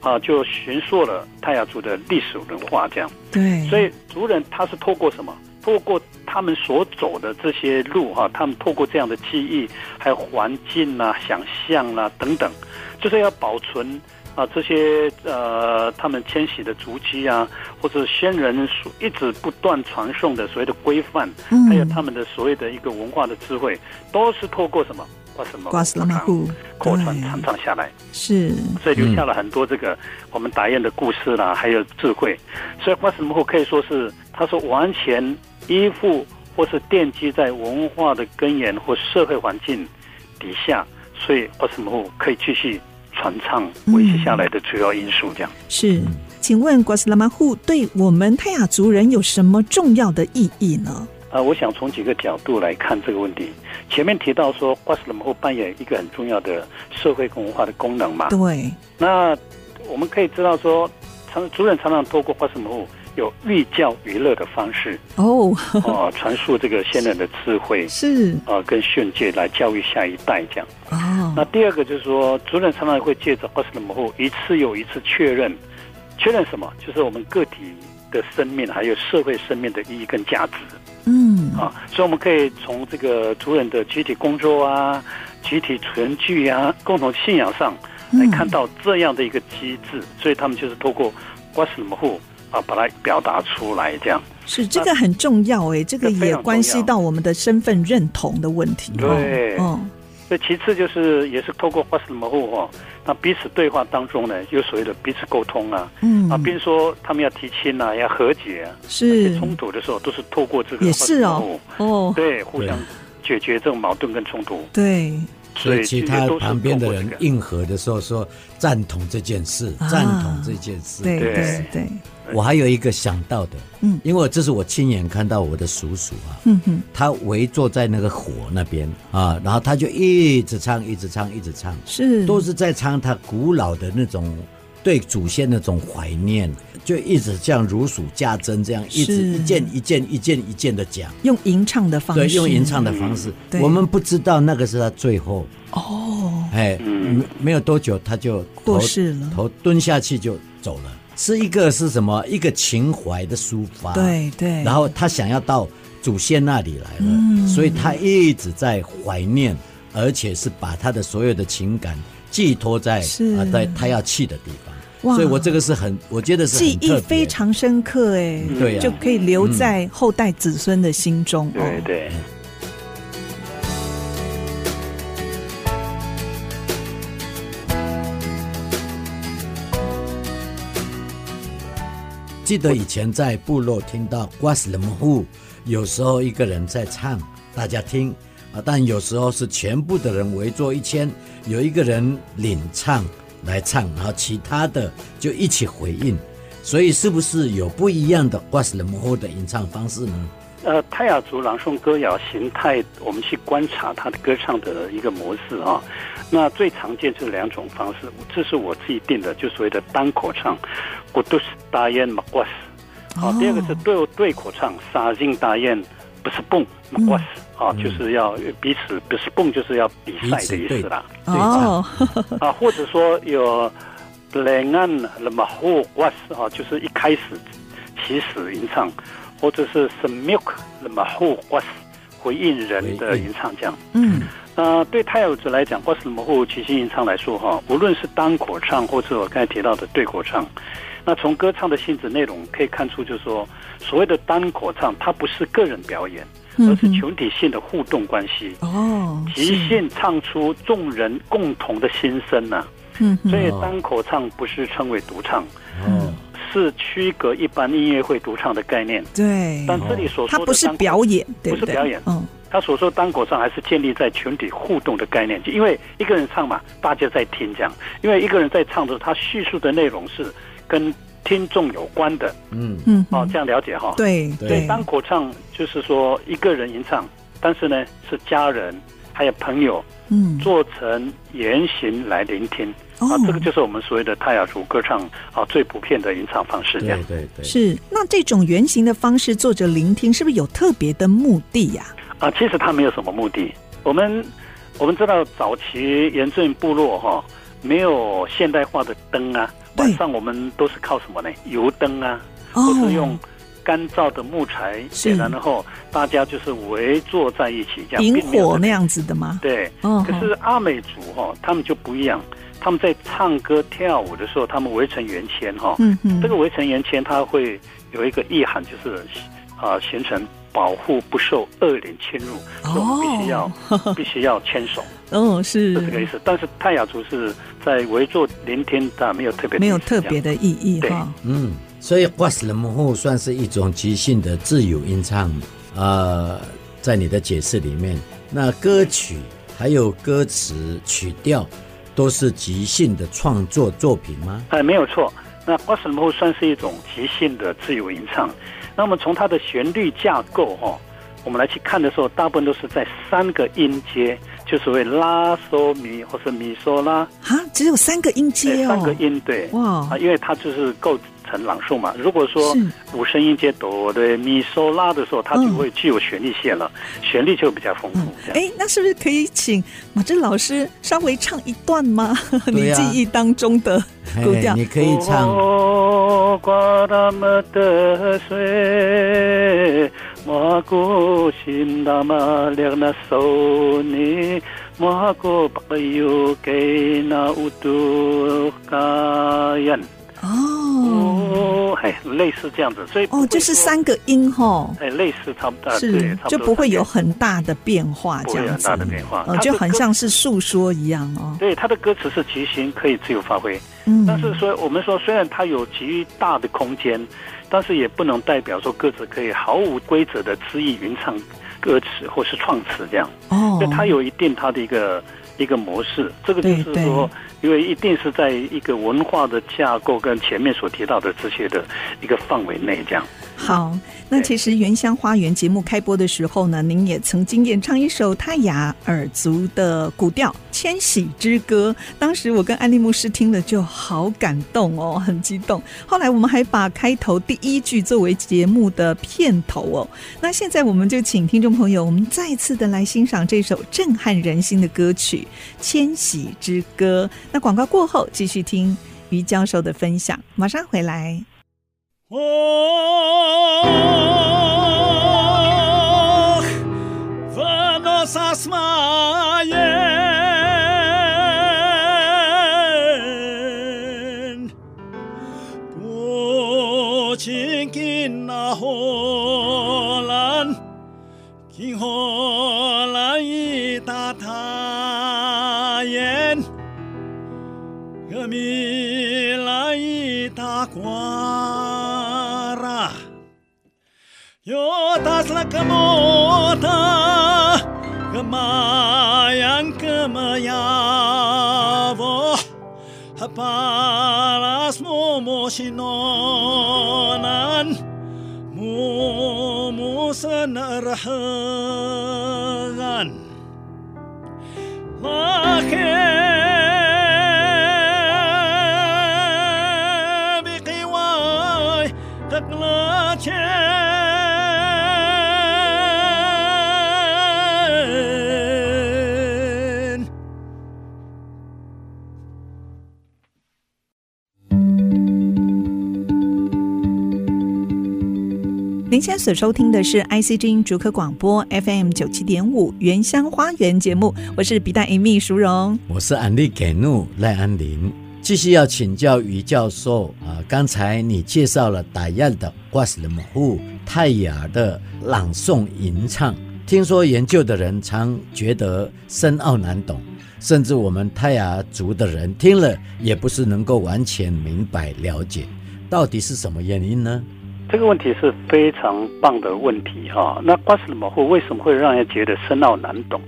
Speaker 4: 啊，就寻溯了泰雅族的历史文化这样。
Speaker 1: 对，
Speaker 4: 所以族人他是透过什么？透过他们所走的这些路哈、他们透过这样的记忆，还有环境啊、想象啊等等，就是要保存啊这些呃他们迁徙的足迹啊，或者先人所一直不断传送的所谓的规范，
Speaker 1: 嗯
Speaker 4: 还有他们的所谓的一个文化的智慧，都是透过什么？挂什么？
Speaker 1: 瓜斯拉马
Speaker 4: 库
Speaker 1: 户，
Speaker 4: 口传
Speaker 1: 对
Speaker 4: 传唱下来。
Speaker 1: 是，
Speaker 4: 所以留下了很多这个我们打雁的故事
Speaker 1: 嗯
Speaker 4: 啦，还有智慧。所以花什么可以说是，他说完全依附或是奠基在文化的根源或社会环境底下，所以花什么可以继续传唱维系下来的主要因素。这样，
Speaker 1: 是，请问瓜斯拉马户对我们泰雅族人有什么重要的意义呢？
Speaker 4: 呃，我想从几个角度来看这个问题。前面提到说，花什么扮演一个很重要的社会跟文化的功能嘛，
Speaker 1: 对，
Speaker 4: 那我们可以知道说，常主任常常透过花什么有寓教于乐的方式，
Speaker 1: 哦，
Speaker 4: 哦，传述这个先人的智慧
Speaker 1: 是，
Speaker 4: 啊、呃跟训诫来教育下一代这样。那
Speaker 1: 哦，
Speaker 4: 第二个就是说，族人常常会借着二十模糊一次又一次确认，确认什么？就是我们个体的生命还有社会生命的意义跟价值。
Speaker 1: 嗯，
Speaker 4: 啊，所以我们可以从这个族人的集体工作啊、集体存聚啊、共同信仰上来
Speaker 1: 嗯
Speaker 4: 看到这样的一个机制，所以他们就是透过瓜什么户啊，把它表达出来这样。
Speaker 1: 是这个很重要诶，这个
Speaker 4: 啊这非
Speaker 1: 也
Speaker 4: 常
Speaker 1: 关系
Speaker 4: 重要
Speaker 1: 到我们的身份认同的问题。哦
Speaker 4: 对
Speaker 1: 哦，
Speaker 4: 所以其次就是也是透过瓜什么户哦，那彼此对话当中呢，有所谓的彼此沟通啊，啊，
Speaker 1: 嗯，
Speaker 4: 比如说他们要提亲啊，要和解啊，
Speaker 1: 是，
Speaker 4: 冲突的时候都是透过这个
Speaker 1: 也
Speaker 4: 瓜
Speaker 1: 是
Speaker 4: 什么
Speaker 1: 哦
Speaker 4: 户，
Speaker 1: 哦，
Speaker 4: 对，互
Speaker 2: 对
Speaker 4: 相解决这种矛盾跟冲突。
Speaker 1: 对，
Speaker 4: 所
Speaker 2: 所
Speaker 4: 以
Speaker 2: 以其
Speaker 4: 其实
Speaker 2: 他
Speaker 4: 都是
Speaker 2: 旁边的
Speaker 4: 透
Speaker 2: 人
Speaker 4: 过这个
Speaker 2: 应和的时候说赞同这件事，
Speaker 1: 啊
Speaker 2: 赞同这件事。
Speaker 1: 对，
Speaker 4: 对
Speaker 1: 对，对，
Speaker 2: 我还有一个想到的，
Speaker 1: 嗯
Speaker 2: 因为这是我亲眼看到我的叔叔啊，
Speaker 1: 嗯哼，
Speaker 2: 他围坐在那个火那边啊，然后他就一直唱，一直唱，一直唱，
Speaker 1: 是，
Speaker 2: 都是在唱他古老的那种对祖先那种怀念，就一直这样如数家珍，这样一直
Speaker 1: 是
Speaker 2: 一件一件一件一件的讲。
Speaker 1: 用吟唱的方式，
Speaker 2: 对，用吟唱的方式，
Speaker 1: 对
Speaker 2: 我们不知道那个是他最后，
Speaker 1: 哦，
Speaker 2: 哎，
Speaker 4: 嗯
Speaker 2: 没没有多久他就
Speaker 1: 过
Speaker 2: 头
Speaker 1: 世了
Speaker 2: 头蹲下去就走了。是一个是什么？一个情怀的抒发，，
Speaker 1: 对对，
Speaker 2: 然后他想要到祖先那里来了，
Speaker 1: 嗯
Speaker 2: 所以他一直在怀念，而且是把他的所有的情感寄托在
Speaker 1: 是
Speaker 2: 啊，在他要去的地方。
Speaker 1: 哇
Speaker 2: 所以我这个是很，我觉得是
Speaker 1: 记
Speaker 2: 很特
Speaker 1: 忆
Speaker 2: 别嗯
Speaker 1: 非常深刻，哎，
Speaker 2: 对啊呀
Speaker 1: 就可以留在后代子孙的心中，
Speaker 4: 对
Speaker 1: 哦，
Speaker 4: 对。
Speaker 2: 记得以前在部落听到 g u a s l a m h 有时候一个人在唱，大家听啊，但有时候是全部的人围坐一圈，有一个人领唱来唱，然后其他的就一起回应。所以是不是有不一样的 g u a s l a m h 的吟唱方式呢？
Speaker 4: 呃，泰雅族朗诵歌谣形态，我们去观察它的歌唱的一个模式啊。那最常见就是两种方式，这是我自己定的，就所谓的单口唱，古杜斯大雁马瓜斯。啊
Speaker 1: 哦，
Speaker 4: 第二个是对对口唱，沙金大雁不是蹦马瓜斯啊，
Speaker 1: 嗯
Speaker 4: 就是要彼此不是蹦，就是要比赛的意思啦。
Speaker 2: 对唱
Speaker 1: 哦，
Speaker 4: 啊，或者说有 blangan 那么 who was 啊，就是一开始起始吟唱，或者是 some milk 那么 who was 回应人的吟唱这样。
Speaker 1: 嗯，
Speaker 4: 呃，对泰雅族来讲，或是模糊即兴吟唱来说哈，无论是单口唱，或是我刚才提到的对口唱，那从歌唱的性质内容可以看出，就是说所谓的单口唱，它不是个人表演，而是
Speaker 1: 嗯哼
Speaker 4: 群体性的互动关系，
Speaker 1: 哦，
Speaker 4: 即
Speaker 1: 是，
Speaker 4: 兴唱出众人共同的心声呐、啊
Speaker 1: 嗯哼
Speaker 4: 所以单口唱不是称为独唱，
Speaker 2: 哦，
Speaker 4: 是区隔一般音乐会独唱的概
Speaker 1: 嗯
Speaker 4: 念。
Speaker 1: 对，
Speaker 4: 但这里所
Speaker 1: 它
Speaker 4: 说
Speaker 1: 不
Speaker 4: 的
Speaker 1: 是
Speaker 4: 单口
Speaker 1: 表演，对
Speaker 4: 不
Speaker 1: 对？
Speaker 4: 是表演
Speaker 1: 嗯，
Speaker 4: 他所说单口上还是建立在群体互动的概念，就因为一个人唱嘛，大家在听这样。因为一个人在唱的时候，他叙述的内容是跟听众有关的，
Speaker 2: 嗯，
Speaker 1: 嗯
Speaker 4: 哦，这样了解哈、
Speaker 1: 对
Speaker 2: 对
Speaker 4: 所以单口唱就是说一个人吟唱，但是呢是家人还有朋友
Speaker 1: 嗯，
Speaker 4: 做成言行来聆听啊
Speaker 1: 哦，，
Speaker 4: 这个就是我们所谓的泰雅族歌唱啊最普遍的吟唱方式这样
Speaker 2: 对。对对，
Speaker 1: 是那这种原型的方式，作者聆听是不是有特别的目的呀、
Speaker 4: 啊，其实他没有什么目的。我们我们知道早期原住民部落哈、没有现代化的灯啊，
Speaker 1: 对
Speaker 4: 晚上我们都是靠什么呢？油灯啊，
Speaker 1: 哦，
Speaker 4: 或是用干燥的木材
Speaker 1: 是
Speaker 4: 点燃，然后大家就是围坐在一起这样，
Speaker 1: 引
Speaker 4: 并没有
Speaker 1: 火那
Speaker 4: 特别。
Speaker 1: 样子的吗？
Speaker 4: 对，
Speaker 1: 哦，
Speaker 4: 可是阿美族哈、他们就不一样，他们在唱歌跳舞的时候，他们围成圆圈哈、
Speaker 1: 嗯嗯，
Speaker 4: 这个围成圆圈，它会有一个意涵，就是啊、形成保护不受恶灵侵入，所以我们必 须要、必须要牵手，
Speaker 1: 哦是
Speaker 4: 是这个意思。但是泰雅族是在围坐聆听的，没有特别的
Speaker 1: 没有
Speaker 4: 意思
Speaker 1: 特别
Speaker 4: 这
Speaker 1: 的
Speaker 4: 样
Speaker 1: 意义
Speaker 4: 对
Speaker 1: 哈。
Speaker 2: 嗯，所以 w a s l a m 算是一种即兴的自由吟唱。呃，在你的解释里面，那歌曲还有歌词曲调都是即兴的创作作品吗？
Speaker 4: 哎，没有错。那花神木算是一种即兴的自由吟唱。那么从它的旋律架构哈、哦，我们来去看的时候，大部分都是在三个音阶，就所谓拉、嗦、咪或是咪、嗦、拉，
Speaker 1: 啊，只有三个音
Speaker 4: 对
Speaker 1: 阶，
Speaker 4: 三个
Speaker 1: 哦，
Speaker 4: 音对。
Speaker 1: 哇
Speaker 4: 啊，，因为它就是构成朗诵嘛。如果说
Speaker 1: 是
Speaker 4: 五声音阶哆的咪嗦拉的时候，它就
Speaker 1: 嗯
Speaker 4: 会具有旋律线了，旋律就比较丰富。这样，
Speaker 1: 哎，那是不是可以请马志老师稍微唱一段吗？你
Speaker 2: 对啊
Speaker 1: 记忆当中的古调
Speaker 2: 嘿你可以唱。
Speaker 4: 哦，挂那么的水，莫古心那么亮那手你，莫古不有给那乌杜卡人。
Speaker 1: 哦
Speaker 4: 哦，哎，类似这样子，所以不
Speaker 1: 哦
Speaker 4: 会，
Speaker 1: 就是
Speaker 4: 说
Speaker 1: 三个音吼，
Speaker 4: 哎，类似差不多，对
Speaker 1: 是
Speaker 4: 差不多
Speaker 1: 就不会有
Speaker 4: 三个
Speaker 1: 很大的变化
Speaker 4: 不
Speaker 1: 这
Speaker 4: 会有
Speaker 1: 样
Speaker 4: 很
Speaker 1: 子
Speaker 4: 大，的变化，
Speaker 1: 呃，
Speaker 4: 它
Speaker 1: 就
Speaker 4: 的
Speaker 1: 很
Speaker 4: 歌。
Speaker 1: 像是诉说一样哦。
Speaker 4: 对，它的歌词是即兴，可以自由发挥。
Speaker 1: 嗯，
Speaker 4: 但是说，我们说虽然它有极大的空间，但是也不能代表说歌词可以毫无规则的恣意吟唱歌词或是创词这样。
Speaker 1: 哦
Speaker 4: 就，它有一定它的一个一个模式，这个就
Speaker 1: 对
Speaker 4: 是说，因为一定是在一个文化的架构跟前面所提到的这些的一个范围内这样。
Speaker 1: 好，那其实《原乡花园》节目开播的时候呢，您也曾经演唱一首泰雅尔族的古调《千禧之歌》，当时我跟安利牧师听了就好感动哦，很激动。后来我们还把开头第一句作为节目的片头哦。那现在我们就请听众朋友，我们再次的来欣赏这首震撼人心的歌曲《千禧之歌》。那广告过后继续听于教授的分享，马上回来。
Speaker 3: Oh, vamos a Smayen. Kucingin na holan, king holan itatayen. Gamilay takwara Yotas lakamota Gamayan kamayavo Hapalas mo mo sinonan Mumusan arahangan لكن بقواي تقلاتين
Speaker 1: 您现在所收听的是 IC 之音竹科广播 FM 九七点五原乡花园节目，我是笔袋 Amy 淑荣。
Speaker 2: 我是安利给怒赖安林，继续要请教于教授啊、刚才你介绍了打样的 w a s l a m 泰雅的朗诵吟唱，听说研究的人常觉得深奥难懂，甚至我们泰雅族的人听了也不是能够完全明白了解。
Speaker 5: 到底是什么原因呢？
Speaker 4: 这个问题是非常棒的问题哈、那瓜斯鲁摩霍为什么会让人觉得深奥难懂？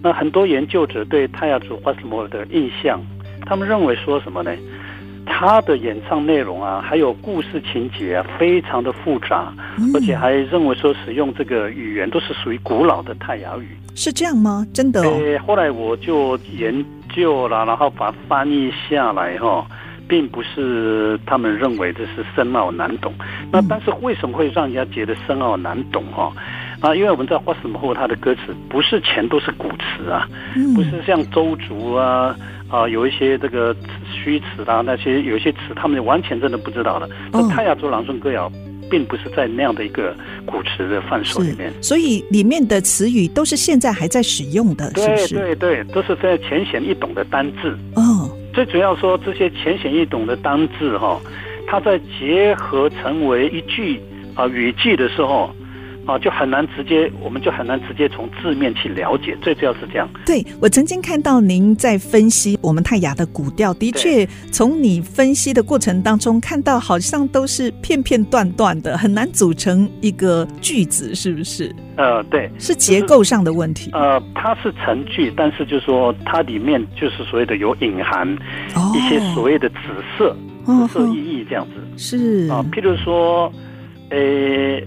Speaker 4: 那很多研究者对泰雅族瓜斯鲁摩霍的印象，他们认为说什么呢？他的演唱内容啊，还有故事情节啊，非常的复杂，而
Speaker 1: 嗯
Speaker 4: 且还认为说使用这个语言都是属于古老的泰雅语。
Speaker 1: 是这样吗？真的哦，
Speaker 4: 呃，后来我就研究了，然后把它翻译下来哈、并不是他们认为这是深奥难懂。那但是为什么会让人家觉得深奥难懂哈、啊，因为我们知道花什么后它的歌词不是全都是古词啊，
Speaker 1: 嗯
Speaker 4: 不是像周族啊啊、有一些这个虚词啦、那些有一些词他们完全真的不知道的。那
Speaker 1: 哦
Speaker 4: 泰雅族朗诵歌谣并不是在那样的一个古词的范畴里面
Speaker 1: 是，。所以里面的词语都是现在还在使用的，是不
Speaker 4: 对
Speaker 1: 是？
Speaker 4: 对对，都是在浅显易懂的单字。
Speaker 1: 哦，
Speaker 4: 最主要说这些浅显易懂的单字哈、它在结合成为一句啊、语句的时候啊、就很难直接，我们就很难直接从字面去了解。最主要是这样，
Speaker 1: 对，我曾经看到您在分析我们泰雅的古调，的确，从你分析的过程当中看到，好像都是片片段段的，很难组成一个句子，是不是？
Speaker 4: 呃，对，
Speaker 1: 是结构上的问题。
Speaker 4: 呃，它是成句，但是就是说它里面就是所谓的有隐含
Speaker 1: 哦
Speaker 4: 呃一些所谓的紫色、
Speaker 1: 哦嗯
Speaker 4: 紫色意义这样子。
Speaker 1: 是
Speaker 4: 啊，譬如说，呃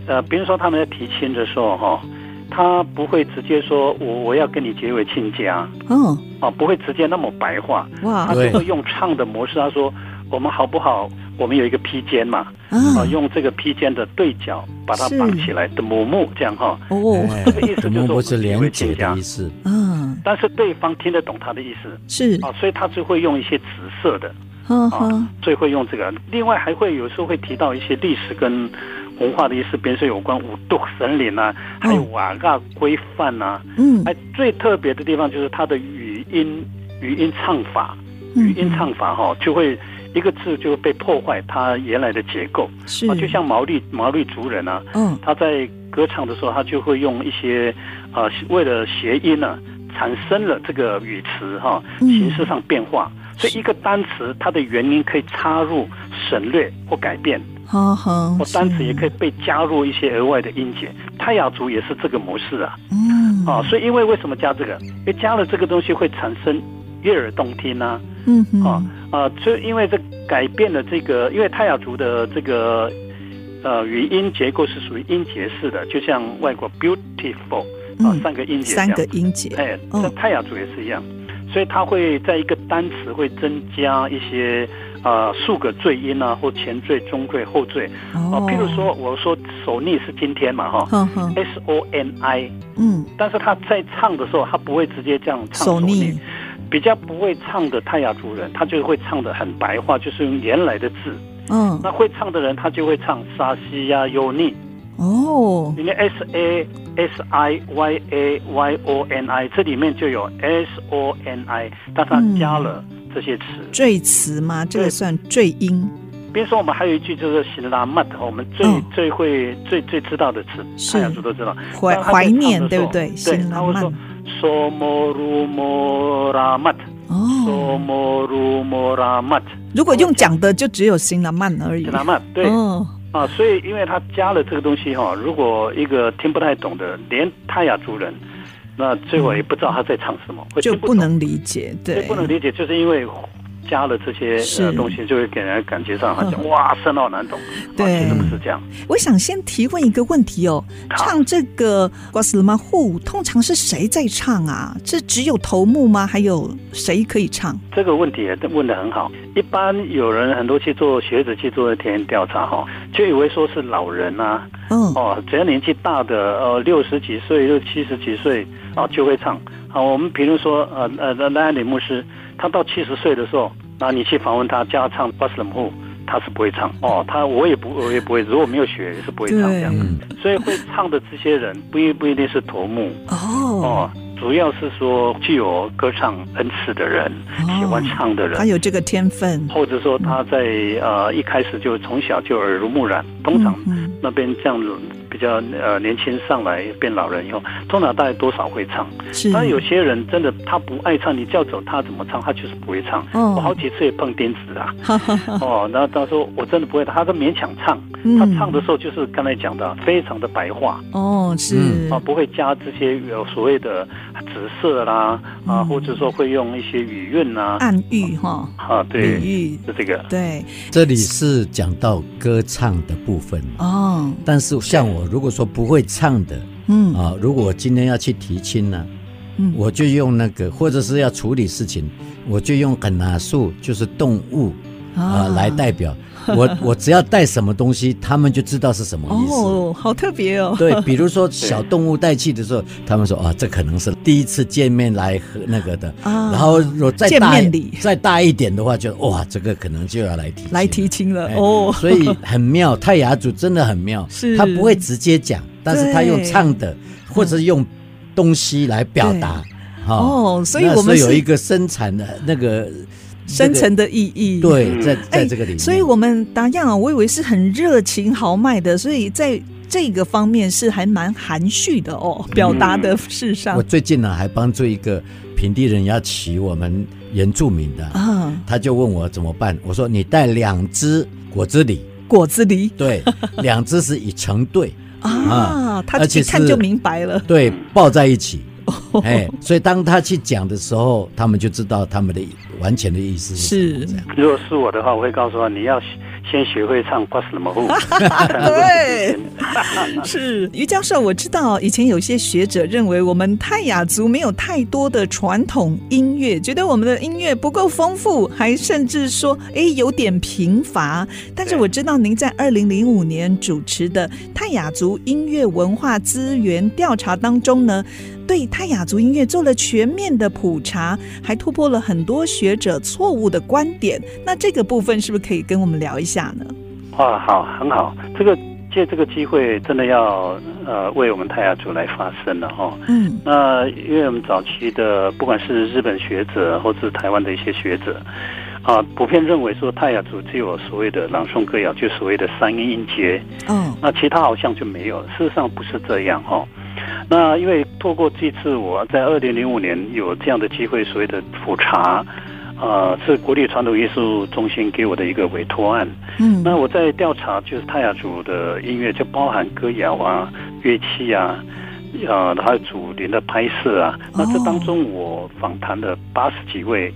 Speaker 4: 呃，比如说他们在提亲的时候哈、他不会直接说我我要跟你结为亲家
Speaker 1: 哦，
Speaker 4: 啊，不会直接那么白话，
Speaker 1: 哇
Speaker 4: 他就会用唱的模式，他说我们好不好？我们有一个披肩嘛，啊，
Speaker 1: 啊
Speaker 4: 用这个披肩的对角把它
Speaker 1: 是
Speaker 4: 绑起来的母木这样哈、
Speaker 1: 哦
Speaker 4: 这个意思 就
Speaker 5: 么
Speaker 4: 是我
Speaker 5: 不
Speaker 4: 们
Speaker 5: 是
Speaker 4: 结
Speaker 5: 连
Speaker 4: 为
Speaker 5: 结
Speaker 4: 亲
Speaker 5: 的
Speaker 4: 家
Speaker 5: 意，思？
Speaker 1: 嗯
Speaker 4: 但是对方听得懂他的意思
Speaker 1: 是
Speaker 4: 啊，所以他就会用一些紫色的。
Speaker 1: 哈
Speaker 4: 啊
Speaker 1: 哈，
Speaker 4: 最会用这个。另外还会有时候会提到一些历史跟文化的一些，比如说有关五毒神灵啊，还有瓦嘎规范啊。
Speaker 1: 嗯
Speaker 4: 哎，最特别的地方就是它的语音语音唱法，
Speaker 1: 嗯
Speaker 4: 语音唱法哈、就会一个字就会被破坏它原来的结构
Speaker 1: 嗯是
Speaker 4: 啊，就像毛利毛利族人啊，
Speaker 1: 嗯
Speaker 4: 他在歌唱的时候，他就会用一些呃，为了谐音呢、产生了这个语词哈、
Speaker 1: 嗯
Speaker 4: 形式上变化。所以一个单词它的原因可以插入、省略或改变，
Speaker 1: 哈哈
Speaker 4: 或，单词也可
Speaker 1: 以
Speaker 4: 以被加入一些额外的音节。泰雅族也是这个模式啊，
Speaker 1: 嗯
Speaker 4: 啊，所以因为为什么加这个？因为加了这个东西会产生悦耳动听啊，
Speaker 1: 嗯
Speaker 4: 啊
Speaker 1: 哼
Speaker 4: 啊，所以因为这改变了这个，因为泰雅族的这个呃语音结构是属于音节式的，就像外国 beautiful 啊、
Speaker 1: 嗯
Speaker 4: 三个音节这
Speaker 1: 三
Speaker 4: 样
Speaker 1: 个音节
Speaker 4: 哎，
Speaker 1: 嗯
Speaker 4: 那泰雅族也是一样，所以它会在一个单词会增加一些呃数个缀音啊，或前缀、中缀、后缀啊、
Speaker 1: 哦，嗯
Speaker 4: 譬如说，我说首逆是今天嘛哈、
Speaker 1: 哈哈
Speaker 4: s O N I，
Speaker 1: 嗯
Speaker 4: 但是他在唱的时候，他不会直接这样唱
Speaker 1: 手
Speaker 4: 逆
Speaker 1: 逆
Speaker 4: 比较不会唱的泰雅族人，他就会唱的很白话，就是用原来的字。
Speaker 1: 嗯
Speaker 4: 那会唱的人，他就会唱沙西呀、尤尼，
Speaker 1: 哦
Speaker 4: 里面 S A S I Y A Y O N I，这里面就有 S O N I，但是它
Speaker 1: 嗯
Speaker 4: 加了这些词。
Speaker 1: 缀词吗？这个
Speaker 4: 对
Speaker 1: 算缀音
Speaker 4: 比如说，我们还有一句就是“行拉 mat”，我们最、
Speaker 1: 嗯
Speaker 4: 最会最最知道的词，
Speaker 1: 是
Speaker 4: 泰雅族都知道。
Speaker 1: 怀
Speaker 4: 但他在
Speaker 1: 怀
Speaker 4: 唱的
Speaker 1: 念，
Speaker 4: 时
Speaker 1: 对不
Speaker 4: 候
Speaker 1: 对？
Speaker 4: 对
Speaker 1: 新，
Speaker 4: 他
Speaker 1: 浪
Speaker 4: 会
Speaker 1: 漫
Speaker 4: 说 “somoru mora mat”。
Speaker 1: 哦。
Speaker 4: somoru mora mat，
Speaker 1: 如果用讲的，就只有新浪漫而已
Speaker 4: 行。拉 mat，对。
Speaker 1: 哦，
Speaker 4: 啊，所以因为他加了这个东西哈、如果一个听不太懂的，连泰雅族人，那最后也不知道他在唱什么，会
Speaker 1: 就
Speaker 4: 听
Speaker 1: 不
Speaker 4: 懂
Speaker 1: 能理解，
Speaker 4: 所以
Speaker 1: 对
Speaker 4: 不，能理解，就是因为加了这些
Speaker 1: 是
Speaker 4: 呃东西，就会给人感觉上好像、
Speaker 1: 嗯
Speaker 4: 哇深奥难懂，
Speaker 1: 对
Speaker 4: 啊、其实不是这样，
Speaker 1: 我想先提问一个问题哦，
Speaker 4: 好
Speaker 1: 唱这个《瓜斯鲁马户》通常是谁在唱啊？是只有头目吗？还有谁可以唱？
Speaker 4: 这个问题也问得很好。一般有人很多去做学者去做田野调查哈、就以为说是老人啊，
Speaker 1: 嗯，
Speaker 4: 哦，只要年纪大的，呃，六十几岁、六七十几岁啊，就会唱。好，我们比如说，呃呃，那那里牧师，他到七十岁的时候，那你去访问他，叫他唱巴斯冷户，他是不会唱。哦，他我也不我也不会，如果没有学也是不会唱这
Speaker 1: 对
Speaker 4: 样。，
Speaker 2: 嗯
Speaker 4: 所以会唱的这些人，不一不一定是头目
Speaker 1: 哦，
Speaker 4: 哦，主要是说具有歌唱恩赐的人，
Speaker 1: 哦
Speaker 4: 喜欢唱的人
Speaker 1: 他。有这个天分，
Speaker 4: 或者说他在呃一开始就从小就耳濡目染，通常
Speaker 1: 嗯
Speaker 4: 那边这样子比较呃年轻上来变老人以后，通常大概多少会唱。
Speaker 1: 嗯是，
Speaker 4: 当然有些人真的他不爱唱，你叫走他怎么唱，他就是不会唱。
Speaker 1: 哦
Speaker 4: 我好几次也碰钉子啊，
Speaker 1: 哈哈哈，
Speaker 4: 哦，然后他说我真的不会，他都勉强唱。
Speaker 1: 嗯
Speaker 4: 他唱的时候就是刚才讲的，非常的白话
Speaker 1: 哦是
Speaker 2: 嗯
Speaker 4: 啊，不会加这些有所谓的紫色啦啊，
Speaker 1: 嗯
Speaker 4: 或者说会用一些语韵啦
Speaker 1: 暗喻哈，
Speaker 4: 啊，对，
Speaker 1: 比喻
Speaker 4: 是这个。
Speaker 1: 对
Speaker 2: 这里是讲到歌唱的部分，
Speaker 1: 哦
Speaker 2: 但是像我如果说不会唱的
Speaker 1: 嗯
Speaker 2: 啊，如果我今天要去提亲呢、
Speaker 1: 嗯
Speaker 2: 我就用那个，或者是要处理事情，我就用肯拿树，就是动物啊、来代表。 我我只要带什么东西，他们就知道是什么意思。
Speaker 1: 哦好特别哦
Speaker 2: 对，比 如说小动物带气的时候，他们说啊，这可能是第一次见面来和那个的。
Speaker 1: 啊
Speaker 2: 然后如果再大
Speaker 1: 见面礼
Speaker 2: 再大一点的话就，哇，这个可能就要来提亲
Speaker 1: 来提亲了
Speaker 2: 哎
Speaker 1: 哦
Speaker 2: 所以很妙，泰雅族真的很妙，
Speaker 1: 是
Speaker 2: 他不会直接讲，但是他用
Speaker 1: 对
Speaker 2: 唱的或者用东西来表达。哈
Speaker 1: 哦所以
Speaker 2: 那
Speaker 1: 我们
Speaker 2: 是有
Speaker 1: 是
Speaker 2: 一个生产的那个
Speaker 1: 深
Speaker 2: 这个
Speaker 1: 层的意义
Speaker 2: 对，
Speaker 4: 嗯
Speaker 2: 在
Speaker 1: 哎
Speaker 2: 在这个里面，
Speaker 1: 所以我们达样啊，我以为是很热情豪迈的，所以在这个方面是还蛮含蓄的哦，表达的事上
Speaker 2: 嗯我最近呢还帮助一个平地人要骑我们原住民的，
Speaker 1: 啊，
Speaker 2: 他就问我怎么办，我说你带两只果子狸，
Speaker 1: 果子狸
Speaker 2: 对，两只是以成对，
Speaker 1: 啊，他
Speaker 2: 而且
Speaker 1: 一
Speaker 2: 是
Speaker 1: 看就明白了，
Speaker 2: 对，抱在一起。哎，所以当他去讲的时候，他们就知道他们的完全的意思是什
Speaker 1: 是
Speaker 2: 么这样
Speaker 4: 如果是我的话，我会告诉他，你要先学会唱《瓜什么户》， 才能够
Speaker 1: 啊对
Speaker 4: 提亲
Speaker 1: 是于教授，我知道以前有些学者认为我们泰雅族没有太多的传统音乐，觉得我们的音乐不够丰富，还甚至说诶有点贫乏。但是
Speaker 4: 对
Speaker 1: 我知道您在二零零五年主持的泰雅族音乐文化资源调查当中呢，对泰雅族音乐做了全面的普查，还突破了很多学者错误的观点。那这个部分是不是可以跟我们聊一下呢？
Speaker 4: 哇，啊好，很好，这个借这个机会，真的要呃为我们泰雅族来发声了哈、哦。
Speaker 1: 嗯
Speaker 4: 那因为我们早期的不管是日本学者或是台湾的一些学者，啊，普遍认为说泰雅族只有所谓的朗诵歌谣，就所谓的三音音节，
Speaker 1: 哦
Speaker 4: 那其他好像就没有。事实上不是这样哦。那因为透过这次我在二零零五年有这样的机会，所谓的普查，呃，是国立传统艺术中心给我的一个委托案。
Speaker 1: 嗯
Speaker 4: 那我在调查就是泰雅族的音乐，就包含歌谣啊、乐器啊，呃，还有祖灵的拍摄啊。那这当中我访谈了八十几位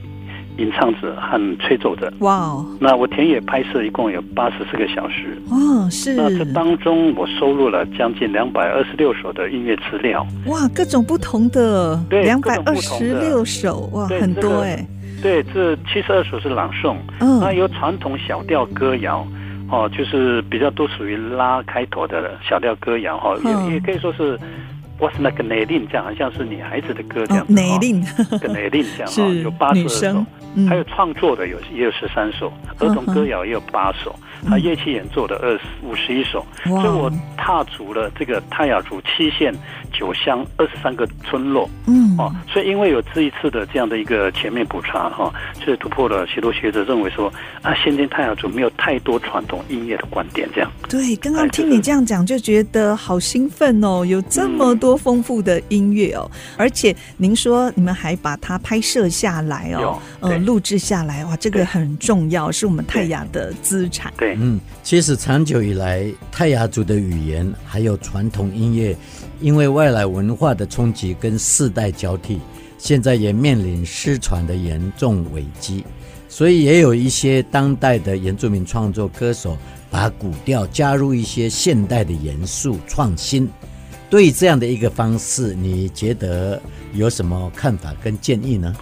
Speaker 4: 吟唱者和吹奏者，
Speaker 1: 哇哦
Speaker 4: 那我田野拍摄一共有八十四个小时。
Speaker 1: 哦是
Speaker 4: 那这呃当中，我收录了将近两百二十六首的音乐资料。
Speaker 1: 哇，各种不同的，
Speaker 4: 对
Speaker 1: 两
Speaker 4: 各
Speaker 1: 百
Speaker 4: 种
Speaker 1: 二
Speaker 4: 不同
Speaker 1: 十
Speaker 4: 的
Speaker 1: 六首，哇，
Speaker 4: 对
Speaker 1: 很
Speaker 4: 这
Speaker 1: 多
Speaker 4: 个
Speaker 1: 哎、
Speaker 4: 对，这七十二首是朗诵，那
Speaker 1: 嗯，
Speaker 4: 有传统小调歌谣，哦，就是比较都属于拉开头的小调歌谣哈、哦，
Speaker 1: 嗯
Speaker 4: 也也可以说是 What's 那个 n a l i n 这样，好像是女孩子的歌这
Speaker 1: 哦
Speaker 4: 样，子。
Speaker 1: 哪令
Speaker 4: 跟 n a l i n 这样哈、
Speaker 1: 是
Speaker 4: 有八十
Speaker 1: 女
Speaker 4: 二
Speaker 1: 生
Speaker 4: 首，，
Speaker 1: 嗯，
Speaker 4: 还有创作的有也有十三首，儿童歌谣也有八首，
Speaker 1: 嗯
Speaker 4: 啊，乐器演奏的二十五十一首，
Speaker 1: 哇
Speaker 4: 所以我踏足了这个泰雅族七县九乡二十三个村落。
Speaker 1: 嗯
Speaker 4: 哦，所以因为有这一次的这样的一个全面普查哈、就是突破了许多学者认为说啊，现今泰雅族没有太多传统音乐的观点这样。
Speaker 1: 对，刚刚
Speaker 4: 哎
Speaker 1: 听
Speaker 4: 就是
Speaker 1: 你这样讲，就觉得好兴奋哦！有这么多丰富的音乐哦，而且您说你们还把它拍摄下来哦，
Speaker 4: 有
Speaker 1: 呃，
Speaker 4: 对
Speaker 1: 录制下来，哇，这个
Speaker 4: 对
Speaker 1: 很重要，是我们泰
Speaker 4: 对
Speaker 1: 雅的资产。
Speaker 4: 对，
Speaker 2: 嗯，其实长久以来，泰雅族的语言还有传统音乐，因为外来文化的冲击跟世代交替，现在也面临失传的严重危机。所以也有一些当代的原住民创作歌手，把古调加入一些现代的元素创新。对于这样的一个方式，你觉得有什么看法跟建议呢？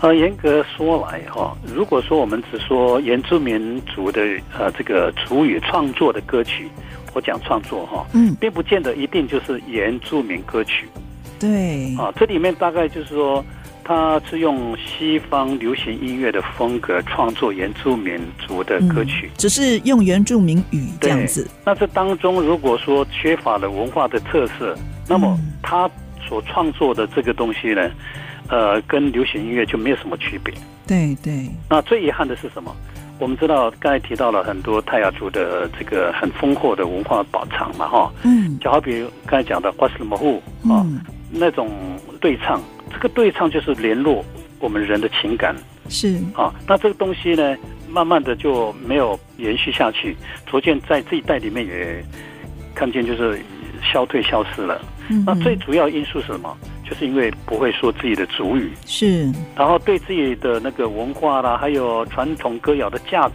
Speaker 4: 呃，严格说来哈、如果说我们只说原住民族的呃这个族语创作的歌曲，我讲创作哈、
Speaker 1: 嗯，
Speaker 4: 并不见得一定就是原住民歌曲
Speaker 1: 对，
Speaker 4: 啊，这里面大概就是说。它是用西方流行音乐的风格创作原住民族的歌曲，
Speaker 1: 嗯只是用原住民语这样
Speaker 4: 对
Speaker 1: 子，
Speaker 4: 那这当中如果说缺乏了文化的特色，那么
Speaker 1: 嗯
Speaker 4: 他所创作的这个东西呢，呃，跟流行音乐就没有什么区别。
Speaker 1: 对对，
Speaker 4: 那最遗憾的是什么？我们知道刚才提到了很多泰雅族的这个很丰厚的文化宝藏嘛，哈，
Speaker 1: 嗯
Speaker 4: 就好比刚才讲的瓜斯鲁摩户啊，
Speaker 1: 嗯，
Speaker 4: 那种对唱，这个对唱就是联络我们人的情感
Speaker 1: 是
Speaker 4: 啊。那这个东西呢，慢慢的就没有延续下去，逐渐在这一代里面也看见就是消退消失了。
Speaker 1: 嗯
Speaker 4: 那
Speaker 1: 哼
Speaker 4: 最主要因素是什么？就是因为不会说自己的族语，
Speaker 1: 是
Speaker 4: 然后对自己的那个文化啦，还有传统歌谣的价值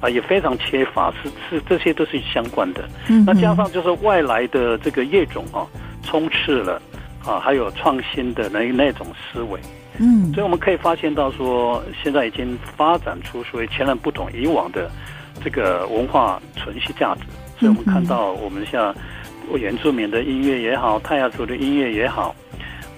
Speaker 4: 啊，也非常缺乏，是是这些都是相关的。
Speaker 1: 嗯
Speaker 4: 那加
Speaker 1: 哼
Speaker 4: 上就是外来的这个业种啊，充斥了啊，还有创新的那那种思维，
Speaker 1: 嗯
Speaker 4: 所以我们可以发现到说，现在已经发展出所谓前人不懂以往的这个文化存续价值。所以我们看到我们像原住民的音乐也好，泰雅族的音乐也好，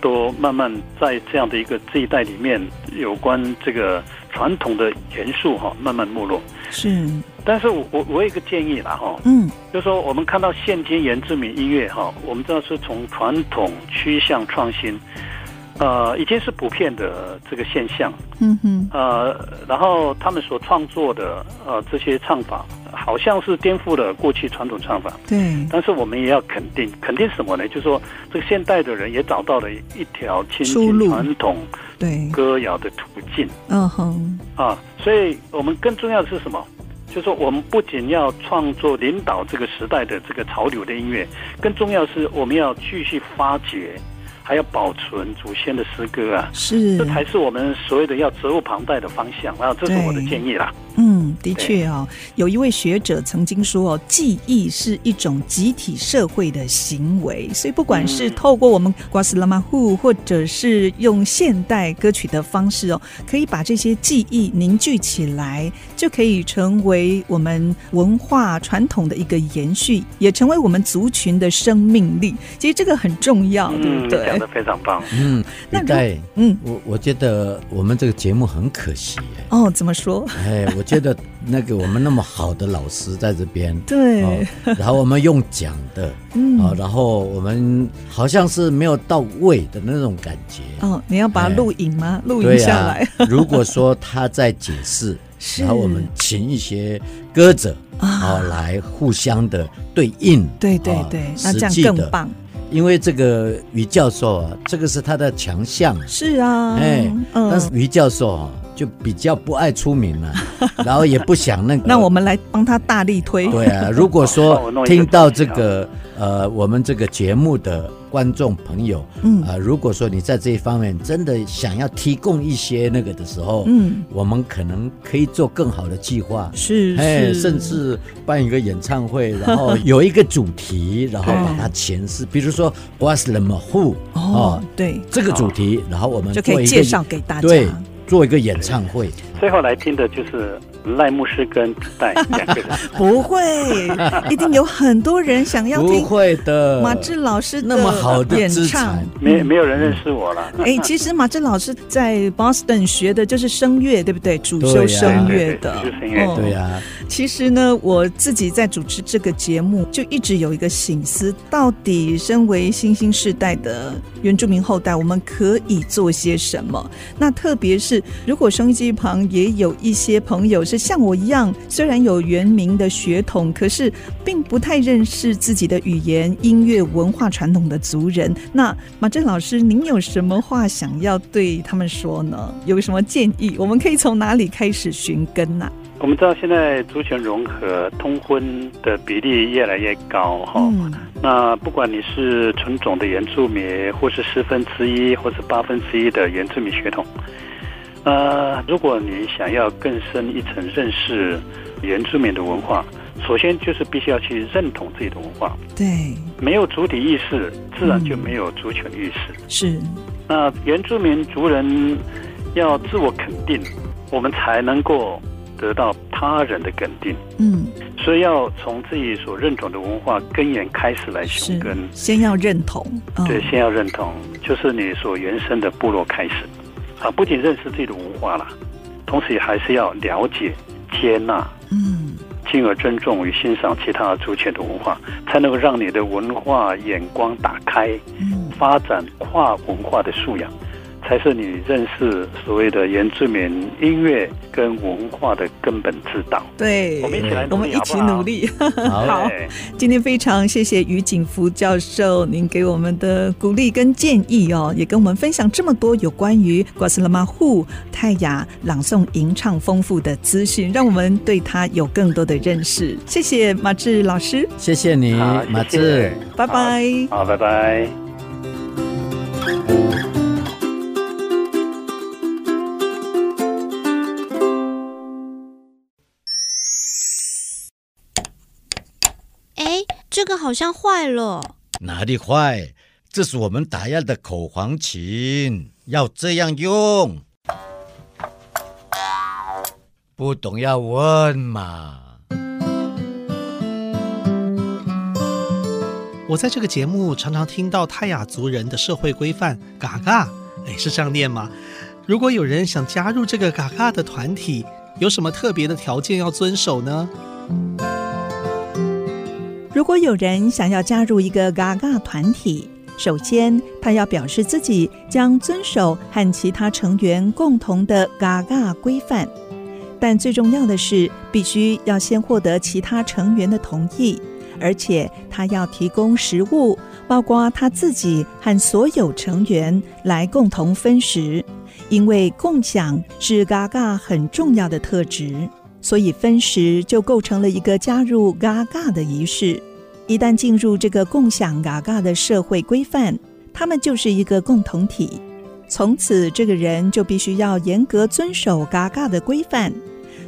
Speaker 4: 都慢慢在这样的一个这一代里面，有关这个传统的元素哈、慢慢没落。
Speaker 1: 是
Speaker 4: 但是我我我有一个建议啦哈、
Speaker 1: 嗯
Speaker 4: 就是说我们看到现今原住民音乐哈，我们知道是从传统趋向创新，呃，已经是普遍的这个现象，
Speaker 1: 嗯哼
Speaker 4: 呃，然后他们所创作的呃这些唱法，好像是颠覆了过去传统唱法，
Speaker 1: 对
Speaker 4: 但是我们也要肯定，肯定什么呢？就是说这个现代的人也找到了一条亲
Speaker 1: 出路
Speaker 4: 近传统
Speaker 1: 对
Speaker 4: 歌谣的途径。
Speaker 1: 嗯哼
Speaker 4: 啊，所以我们更重要的是什么？就是说我们不仅要创作领导这个时代的这个潮流的音乐，更重要是我们要继续发掘，还要保存祖先的诗歌啊，
Speaker 1: 是
Speaker 4: 这才是我们所谓的要责无旁贷的方向啊，这是我的建议啦。
Speaker 1: 嗯，的
Speaker 4: 对
Speaker 1: 确哦，有一位学者曾经说哦，记忆是一种集体社会的行为，所以不管是
Speaker 4: 嗯
Speaker 1: 透过我们瓜斯拉马户，或者是用现代歌曲的方式哦，可以把这些记忆凝聚起来，就可以成为我们文化传统的一个延续，也成为我们族群的生命力。其实这个很重要，对不
Speaker 4: 嗯，
Speaker 1: 对
Speaker 4: 讲？的非常棒。
Speaker 2: 嗯，
Speaker 1: 那
Speaker 2: 李
Speaker 1: 如
Speaker 2: 代，
Speaker 1: 嗯，。
Speaker 2: 我我觉得我们这个节目很可惜耶
Speaker 1: 哦，怎么说？
Speaker 2: 哎，我觉得那个我们那么好的老师在这边，
Speaker 1: 对，
Speaker 2: 哦，然后我们用讲的，
Speaker 1: 嗯，
Speaker 2: 啊，然后我们好像是没有到位的那种感觉。
Speaker 1: 哦，你要把它
Speaker 2: 哎
Speaker 1: 录影吗？录影
Speaker 2: 对
Speaker 1: 下
Speaker 2: 呀、
Speaker 1: 来。
Speaker 2: 如果说他在解释，
Speaker 1: 是
Speaker 2: 然后我们请一些歌者
Speaker 1: 啊
Speaker 2: 啊来互相的对应，
Speaker 1: 对对
Speaker 2: 啊
Speaker 1: 对，那
Speaker 2: 实
Speaker 1: 这样
Speaker 2: 际
Speaker 1: 更
Speaker 2: 的，
Speaker 1: 棒。
Speaker 2: 因为这个于教授啊，这个是他的强项，
Speaker 1: 是啊，
Speaker 2: 哎，
Speaker 1: 嗯，
Speaker 2: 但是于教授啊就比较不爱出 名了、然后也不想那个，
Speaker 1: 那我们来帮他大力推。
Speaker 2: 对 啊，如果
Speaker 4: 帮
Speaker 1: 哦
Speaker 2: 说
Speaker 4: 我弄一个
Speaker 2: 听到这个
Speaker 1: 啊
Speaker 2: 呃，我们这个节目的观众朋友，
Speaker 1: 嗯
Speaker 2: 啊、如果说你在这一方面真的想要提供一些那个的时候，
Speaker 1: 嗯，
Speaker 2: 我们可能可以做更好的计划。
Speaker 1: 是
Speaker 2: 哎，
Speaker 1: 是，
Speaker 2: 甚至办一个演唱 会，然后有一个主题，然后
Speaker 4: 对
Speaker 2: 把它诠释，比如说 What's the m a h o
Speaker 1: 哦，对，
Speaker 2: 这个主题，然后我们
Speaker 1: 就可
Speaker 2: 做
Speaker 1: 以
Speaker 2: 一个
Speaker 1: 介绍给大家。
Speaker 2: 对，做一个演唱会。
Speaker 4: 最后来听的就是赖牧师跟皮 带两个人。
Speaker 1: 不会，一定有很多人想要
Speaker 2: 不
Speaker 1: 听
Speaker 2: 会的，
Speaker 1: 马志老师
Speaker 2: 那么好的
Speaker 1: 演
Speaker 2: 资
Speaker 1: 唱
Speaker 2: 产。
Speaker 4: 没没有人认识我了，
Speaker 1: 哎，其实马志老师在 Boston 学的就是声乐，对不对？主修
Speaker 2: 对呀
Speaker 1: 声乐的
Speaker 4: 对对对主修声乐，
Speaker 2: 对啊
Speaker 1: 哦
Speaker 2: 呀、
Speaker 1: 其实呢，我自己在主持这个节目，就一直有一个醒思：到底身为新兴世代的原住民后代，我们可以做些什么？那特别是如果收音机旁也有一些朋友是像我一样，虽然有原名的血统，可是并不太认识自己的语言、音乐、文化传统的族人。那马正老师，您有什么话想要对他们说呢？有什么建议？我们可以从哪里开始寻根啊呐、
Speaker 4: 我们知道现在族群融合、通婚的比例越来越高哈。
Speaker 1: 嗯。
Speaker 4: 那不管你是纯种的原住民，或是十分之一，或是八分之一的原住民血统，呃，如果你想要更深一层认识原住民的文化，首先就是必须要去认同自己的文化，
Speaker 1: 对，
Speaker 4: 没有主体意识，自然就没有族群意识。
Speaker 1: 是，
Speaker 4: 那原住民族人要自我肯定，我们才能够得到他人的肯定，
Speaker 1: 嗯，
Speaker 4: 所以要从自己所认同的文化根源开始来
Speaker 1: 是
Speaker 4: 寻根。，
Speaker 1: 先要认同，嗯
Speaker 4: 对，先要认同，就是你所原生的部落开始，啊，不仅认识自己的文化啦，同时也还是要了解、接纳，
Speaker 1: 嗯，
Speaker 4: 进而尊重与欣赏其他族群的文化，才能够让你的文化眼光打开，
Speaker 1: 嗯，
Speaker 4: 发展跨文化的素养，才是你认识所谓的原住民音乐跟文化的根本之道。
Speaker 1: 对
Speaker 4: 我们一起来
Speaker 1: 我
Speaker 4: 努
Speaker 1: 们
Speaker 4: 力
Speaker 1: 一
Speaker 4: 好不
Speaker 1: 起
Speaker 4: 好，
Speaker 1: 努力。
Speaker 2: 好，
Speaker 1: 好
Speaker 4: 对
Speaker 1: 今天非常谢谢于景福教授您给我们的鼓励跟建议哦，也跟我们分享这么多有关于瓜斯拉马户泰雅朗诵吟唱丰富的资讯，让我们对他有更多的认识。谢谢马志老师，
Speaker 2: 谢谢你，
Speaker 4: 好，
Speaker 2: 马
Speaker 4: 谢
Speaker 2: 志
Speaker 4: 谢。
Speaker 1: 拜拜。
Speaker 4: 好，拜拜。
Speaker 5: 哎，这个好像坏了。
Speaker 2: 哪里坏？这是我们打药的口簧琴，要这样用。不懂要问嘛。
Speaker 6: 我在这个节目常常听到泰雅族人的社会规范“嘎嘎”，哎，是这样念吗？如果有人想加入这个“嘎嘎”的团体，有什么特别的条件要遵守呢？
Speaker 1: 如果有人想要加入一个嘎嘎团体，首先他要表示自己将遵守和其他成员共同的嘎嘎规范，但最重要的是，必须要先获得其他成员的同意，而且他要提供食物，包括他自己和所有成员来共同分食，因为共享是嘎嘎很重要的特质。所以分食就构成了一个加入嘎嘎的仪式。一旦进入这个共享嘎嘎的社会规范，他们就是一个共同体。从此，这个人就必须要严格遵守嘎嘎的规范，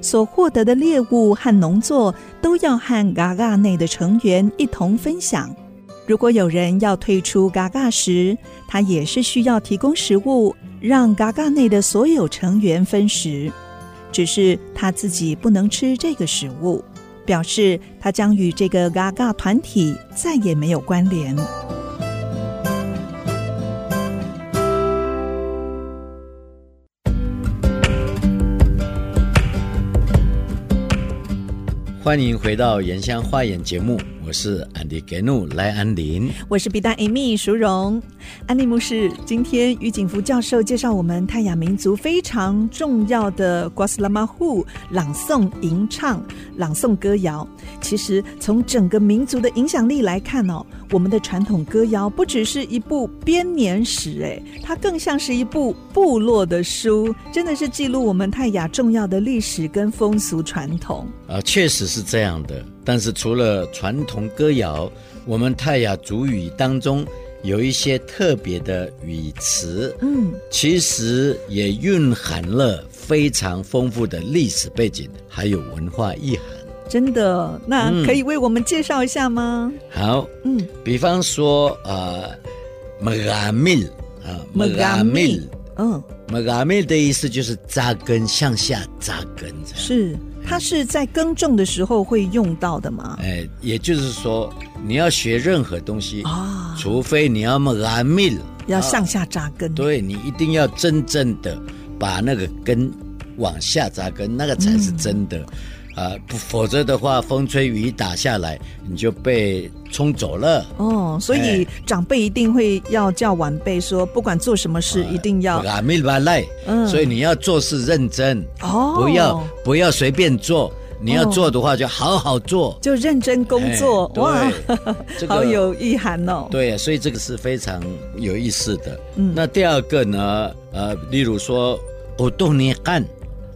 Speaker 1: 所获得的猎物和农作都要和嘎嘎内的成员一同分享。如果有人要退出嘎嘎时，他也是需要提供食物，让嘎嘎内的所有成员分食。只是他自己不能吃这个食物，表示他将与这个嘎嘎团体再也没有关联。
Speaker 2: 欢迎回到《原乡花园》节目，我是安迪格努莱安林。
Speaker 1: 我是 B 站 Amy 淑荣，安利牧师。今天于景福教授介绍我们泰雅民族非常重要的瓜斯拉马户朗诵吟唱、朗诵歌谣。其实从整个民族的影响力来看哦，我们的传统歌谣不只是一部编年史，哎，它更像是一部部落的书，真的是记录我们泰雅重要的历史跟风俗传统。
Speaker 2: 啊，确实是这样的。但是除了传统歌谣，我们泰雅族语当中有一些特别的语词，
Speaker 1: 嗯，
Speaker 2: 其实也蕴含了非常丰富的历史背景，还有文化意涵。
Speaker 1: 真的，那
Speaker 2: 嗯
Speaker 1: 可以为我们介绍一下吗？
Speaker 2: 好，
Speaker 1: 嗯，
Speaker 2: 比方说啊，m i l 啊 m i l
Speaker 1: 嗯。
Speaker 2: m i l 的意思就是扎根，向下扎根这样。
Speaker 1: 是，它是在耕种的时候会用到的吗？
Speaker 2: 哎，也就是说，你要学任何东西，
Speaker 1: 啊、
Speaker 2: 除非你要 m i l
Speaker 1: 要上下扎根。
Speaker 2: 对你一定要真正的把那个根往下扎根，那个才是真
Speaker 1: 嗯
Speaker 2: 的。啊、不，否则的话，风吹雨打下来，你就被冲走了。
Speaker 1: 哦，所以长辈一定会要叫晚辈说，不管做什么事，
Speaker 2: 哎
Speaker 1: 一定要
Speaker 2: 阿弥巴赖，
Speaker 1: 嗯
Speaker 2: 所以你要做事认真，
Speaker 1: 哦，
Speaker 2: 不要不要随便做。你要
Speaker 1: 哦
Speaker 2: 做的话，就好好做。
Speaker 1: 就认真工作。
Speaker 2: 哎对这个
Speaker 1: 好有意涵哦。
Speaker 2: 对所以这个是非常有意思的。嗯，那第二个呢？呃，例如说，我豆你干，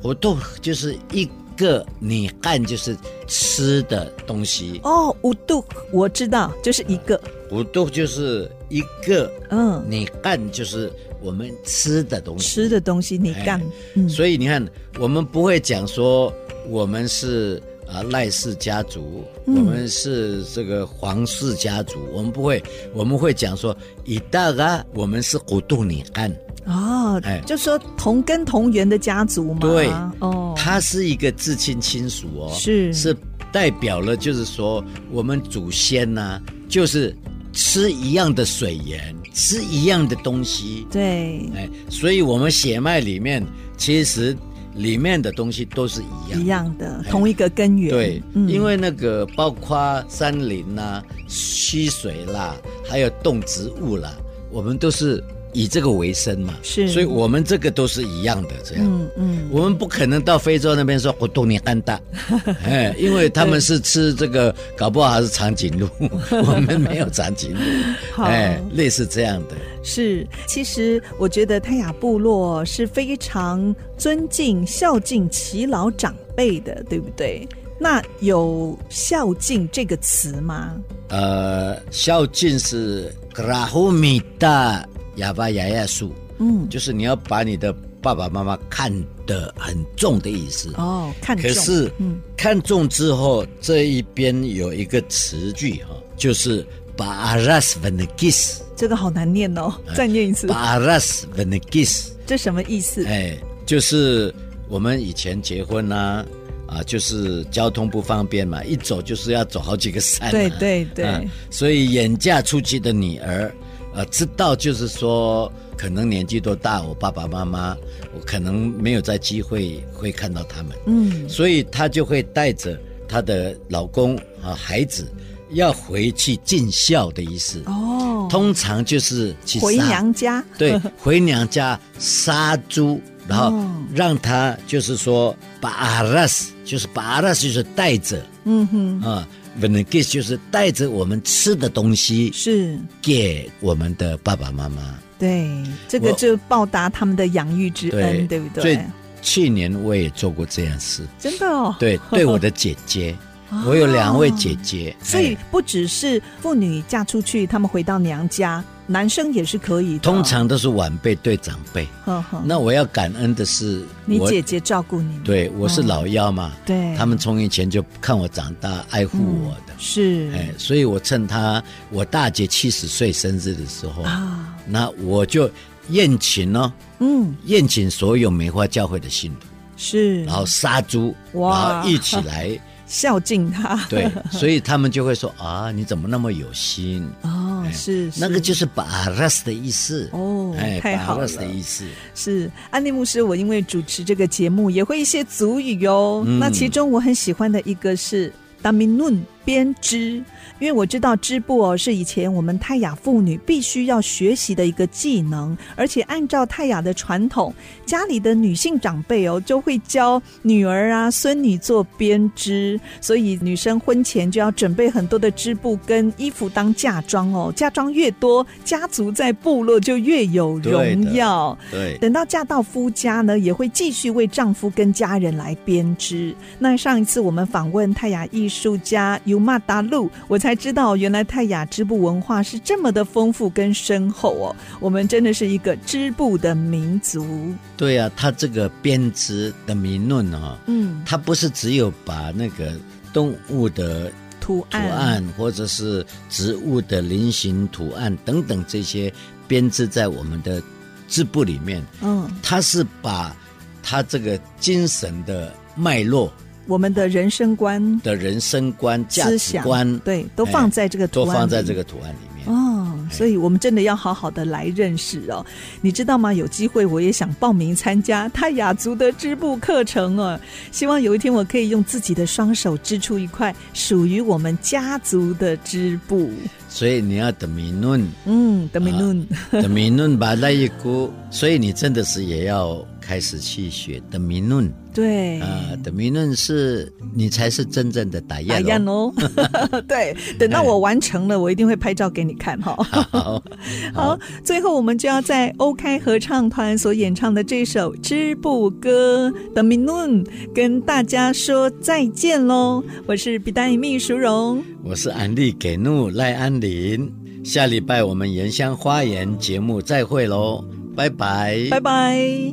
Speaker 2: 我豆就是一个你干就是吃的东西，
Speaker 1: 哦，五度我知道，就是一个，
Speaker 2: 我豆就是一个
Speaker 1: 嗯，
Speaker 2: 你干就是我们吃的东西。
Speaker 1: 吃的东西你干
Speaker 2: 哎，
Speaker 1: 嗯，
Speaker 2: 所以你看，我们不会讲说我们是啊赖氏家族，
Speaker 1: 嗯
Speaker 2: 我们是这个皇室家族，我们不会，我们会讲说以大啊，我们是古杜尼干，
Speaker 1: 哦
Speaker 2: 哎，
Speaker 1: 就说同根同源的家族嘛。
Speaker 2: 对
Speaker 1: 哦，
Speaker 2: 它是一个至亲亲属哦，
Speaker 1: 是
Speaker 2: 是代表了就是说我们祖先呐、就是吃一样的水源，吃一样的东西，
Speaker 1: 对，
Speaker 2: 哎，所以我们血脉里面其实里面的东西都是一样的
Speaker 1: 一样的，同一个根源。
Speaker 2: 哎对，
Speaker 1: 嗯
Speaker 2: 因为那个包括山啊林啦、溪水啦，还有动植物啦，我们都是以这个为生嘛，
Speaker 1: 是
Speaker 2: 所以我们这个都是一样的这样。
Speaker 1: 嗯嗯，
Speaker 2: 我们不可能到非洲那边说活动你很 大，哎，因为他们是吃这个，搞不好还是长颈 鹿，我们没有长颈鹿，
Speaker 1: 好
Speaker 2: 哎，类似这样的。
Speaker 1: 是，其实我觉得泰雅部落是非常尊敬、孝敬耆老长辈的，对不对？那有“孝敬”这个词吗？
Speaker 2: 呃，孝敬是 g r a h u m i t a 哑巴牙牙树，
Speaker 1: 嗯，
Speaker 2: 就是你要把你的爸爸妈妈看得很重的意思。
Speaker 1: 哦，看重，
Speaker 2: 可是，
Speaker 1: 嗯，
Speaker 2: 看中之后，这一边有一个词句哈，就是把 aras venegis，
Speaker 1: 这个好难念哦，
Speaker 2: 哎
Speaker 1: 再念一次，
Speaker 2: 把 aras venegis，
Speaker 1: 这什么意思？
Speaker 2: 哎，就是我们以前结婚呐、啊，就是交通不方便嘛，一走就是要走好几个山、啊。
Speaker 1: 对对对
Speaker 2: 啊所以远嫁出去的女儿，呃，知道就是说，可能年纪多大，我爸爸妈妈，我可能没有在机会会看到他们，
Speaker 1: 嗯，
Speaker 2: 所以她就会带着她的老公啊孩子，要回去尽孝的意思。
Speaker 1: 哦，
Speaker 2: 通常就是去
Speaker 1: 回
Speaker 2: 杀
Speaker 1: 娘家，
Speaker 2: 对，回娘家杀猪，然后
Speaker 1: 哦
Speaker 2: 让他就是说把阿拉斯，就是把阿拉斯就是带着
Speaker 1: 嗯哼，
Speaker 2: 啊 v e n e g i s 就是带着我们吃的东西
Speaker 1: 是
Speaker 2: 给我们的爸爸妈妈。
Speaker 1: 对，这个
Speaker 2: 我
Speaker 1: 就报答他们的养育之恩，对不
Speaker 2: 所以
Speaker 1: 对？
Speaker 2: 去年我也做过这样事，
Speaker 1: 真的哦，
Speaker 2: 对，对我的姐姐，我有两位姐姐，
Speaker 1: 啊所以
Speaker 2: 哎
Speaker 1: 不只是妇女嫁出去，他们回到娘家，男生也是可以的。
Speaker 2: 通，常都是晚辈对长辈。
Speaker 1: 呵呵，
Speaker 2: 那我要感恩的是
Speaker 1: 哦你
Speaker 2: 我
Speaker 1: 姐姐哦照顾你，
Speaker 2: 对，我是老幺嘛，
Speaker 1: 对
Speaker 2: 他们从以前就看我长大，爱护
Speaker 1: 嗯
Speaker 2: 我的，
Speaker 1: 是
Speaker 2: 哎，所以我趁她我大姐七十岁生日的时候，
Speaker 1: 啊，
Speaker 2: 那我就宴请哦，
Speaker 1: 嗯，
Speaker 2: 宴请所有梅花教会的信徒，
Speaker 1: 是，
Speaker 2: 然后杀猪，
Speaker 1: 嗯哇
Speaker 2: 然后一起来，
Speaker 1: 孝敬他，
Speaker 2: 对，所以他们就会说啊，你怎么那么有心？
Speaker 1: 哦，
Speaker 2: 哎
Speaker 1: 是是
Speaker 2: 那个就是把 rest 的意思哎
Speaker 1: 哦太好
Speaker 2: 把
Speaker 1: 了
Speaker 2: rest 的意思，
Speaker 1: 是安利牧师，我因为主持这个节目，也会一些族语哦。
Speaker 2: 嗯
Speaker 1: 那其中我很喜欢的一个是 daminun 编织，因为我知道织布哦是以前我们泰雅妇女必须要学习的一个技能，而且按照泰雅的传统，家里的女性长辈哦就会教女儿啊、孙女做编织，所以女生婚前就要准备很多的织布跟衣服当嫁妆哦，嫁妆越多，家族在部落就越有
Speaker 2: 对的
Speaker 1: 荣耀。
Speaker 2: 对。
Speaker 1: 等到嫁到夫家呢，也会继续为丈夫跟家人来编织。那上一次我们访问泰雅艺术家尤玛达路，我才知道原来泰雅织布文化是这么的丰富跟深厚哦。我们真的是一个织布的民族。
Speaker 2: 对啊，他这个编织的名论啊、
Speaker 1: 嗯，
Speaker 2: 它不是只有把那个动物的
Speaker 1: 图
Speaker 2: 图
Speaker 1: 案
Speaker 2: 案或者是植物的菱形图案等等这些编织在我们的织布里面，
Speaker 1: 嗯，
Speaker 2: 它是把它这个精神的脉络
Speaker 1: 我们的人生观、
Speaker 2: 的人生观、价
Speaker 1: 思
Speaker 2: 值
Speaker 1: 想
Speaker 2: 观，哎
Speaker 1: 对，都放在这个图
Speaker 2: 都
Speaker 1: 案里、
Speaker 2: 放在这个图案里面。
Speaker 1: 哦，
Speaker 2: 哎
Speaker 1: 所以我们真的要好好的来认识哦。你知道吗？有机会我也想报名参加泰雅族的织布课程哦。希望有一天我可以用自己的双手织出一块属于我们家族的织布。
Speaker 2: 所以你要的名论，
Speaker 1: 嗯，德
Speaker 2: 啊
Speaker 1: 米努，
Speaker 2: 的名论把那一股，所以你真的是也要开始去学的名论。
Speaker 1: 对。
Speaker 2: 啊，等于论是你才是真正的打
Speaker 1: 打
Speaker 2: 亚
Speaker 1: 样
Speaker 2: 龙。
Speaker 1: 哦， 对，等 到我完成了，我一定会拍照给你看哈、
Speaker 2: 好，
Speaker 1: 好，最后我们就要在欧开合唱团所演唱的这首《织布歌》的 Minun 跟大家说再见喽。我是比丹一秘书荣，
Speaker 2: 我是安利给怒赖安林，下礼拜我们原乡花园节目再会喽，拜拜，
Speaker 1: 拜拜。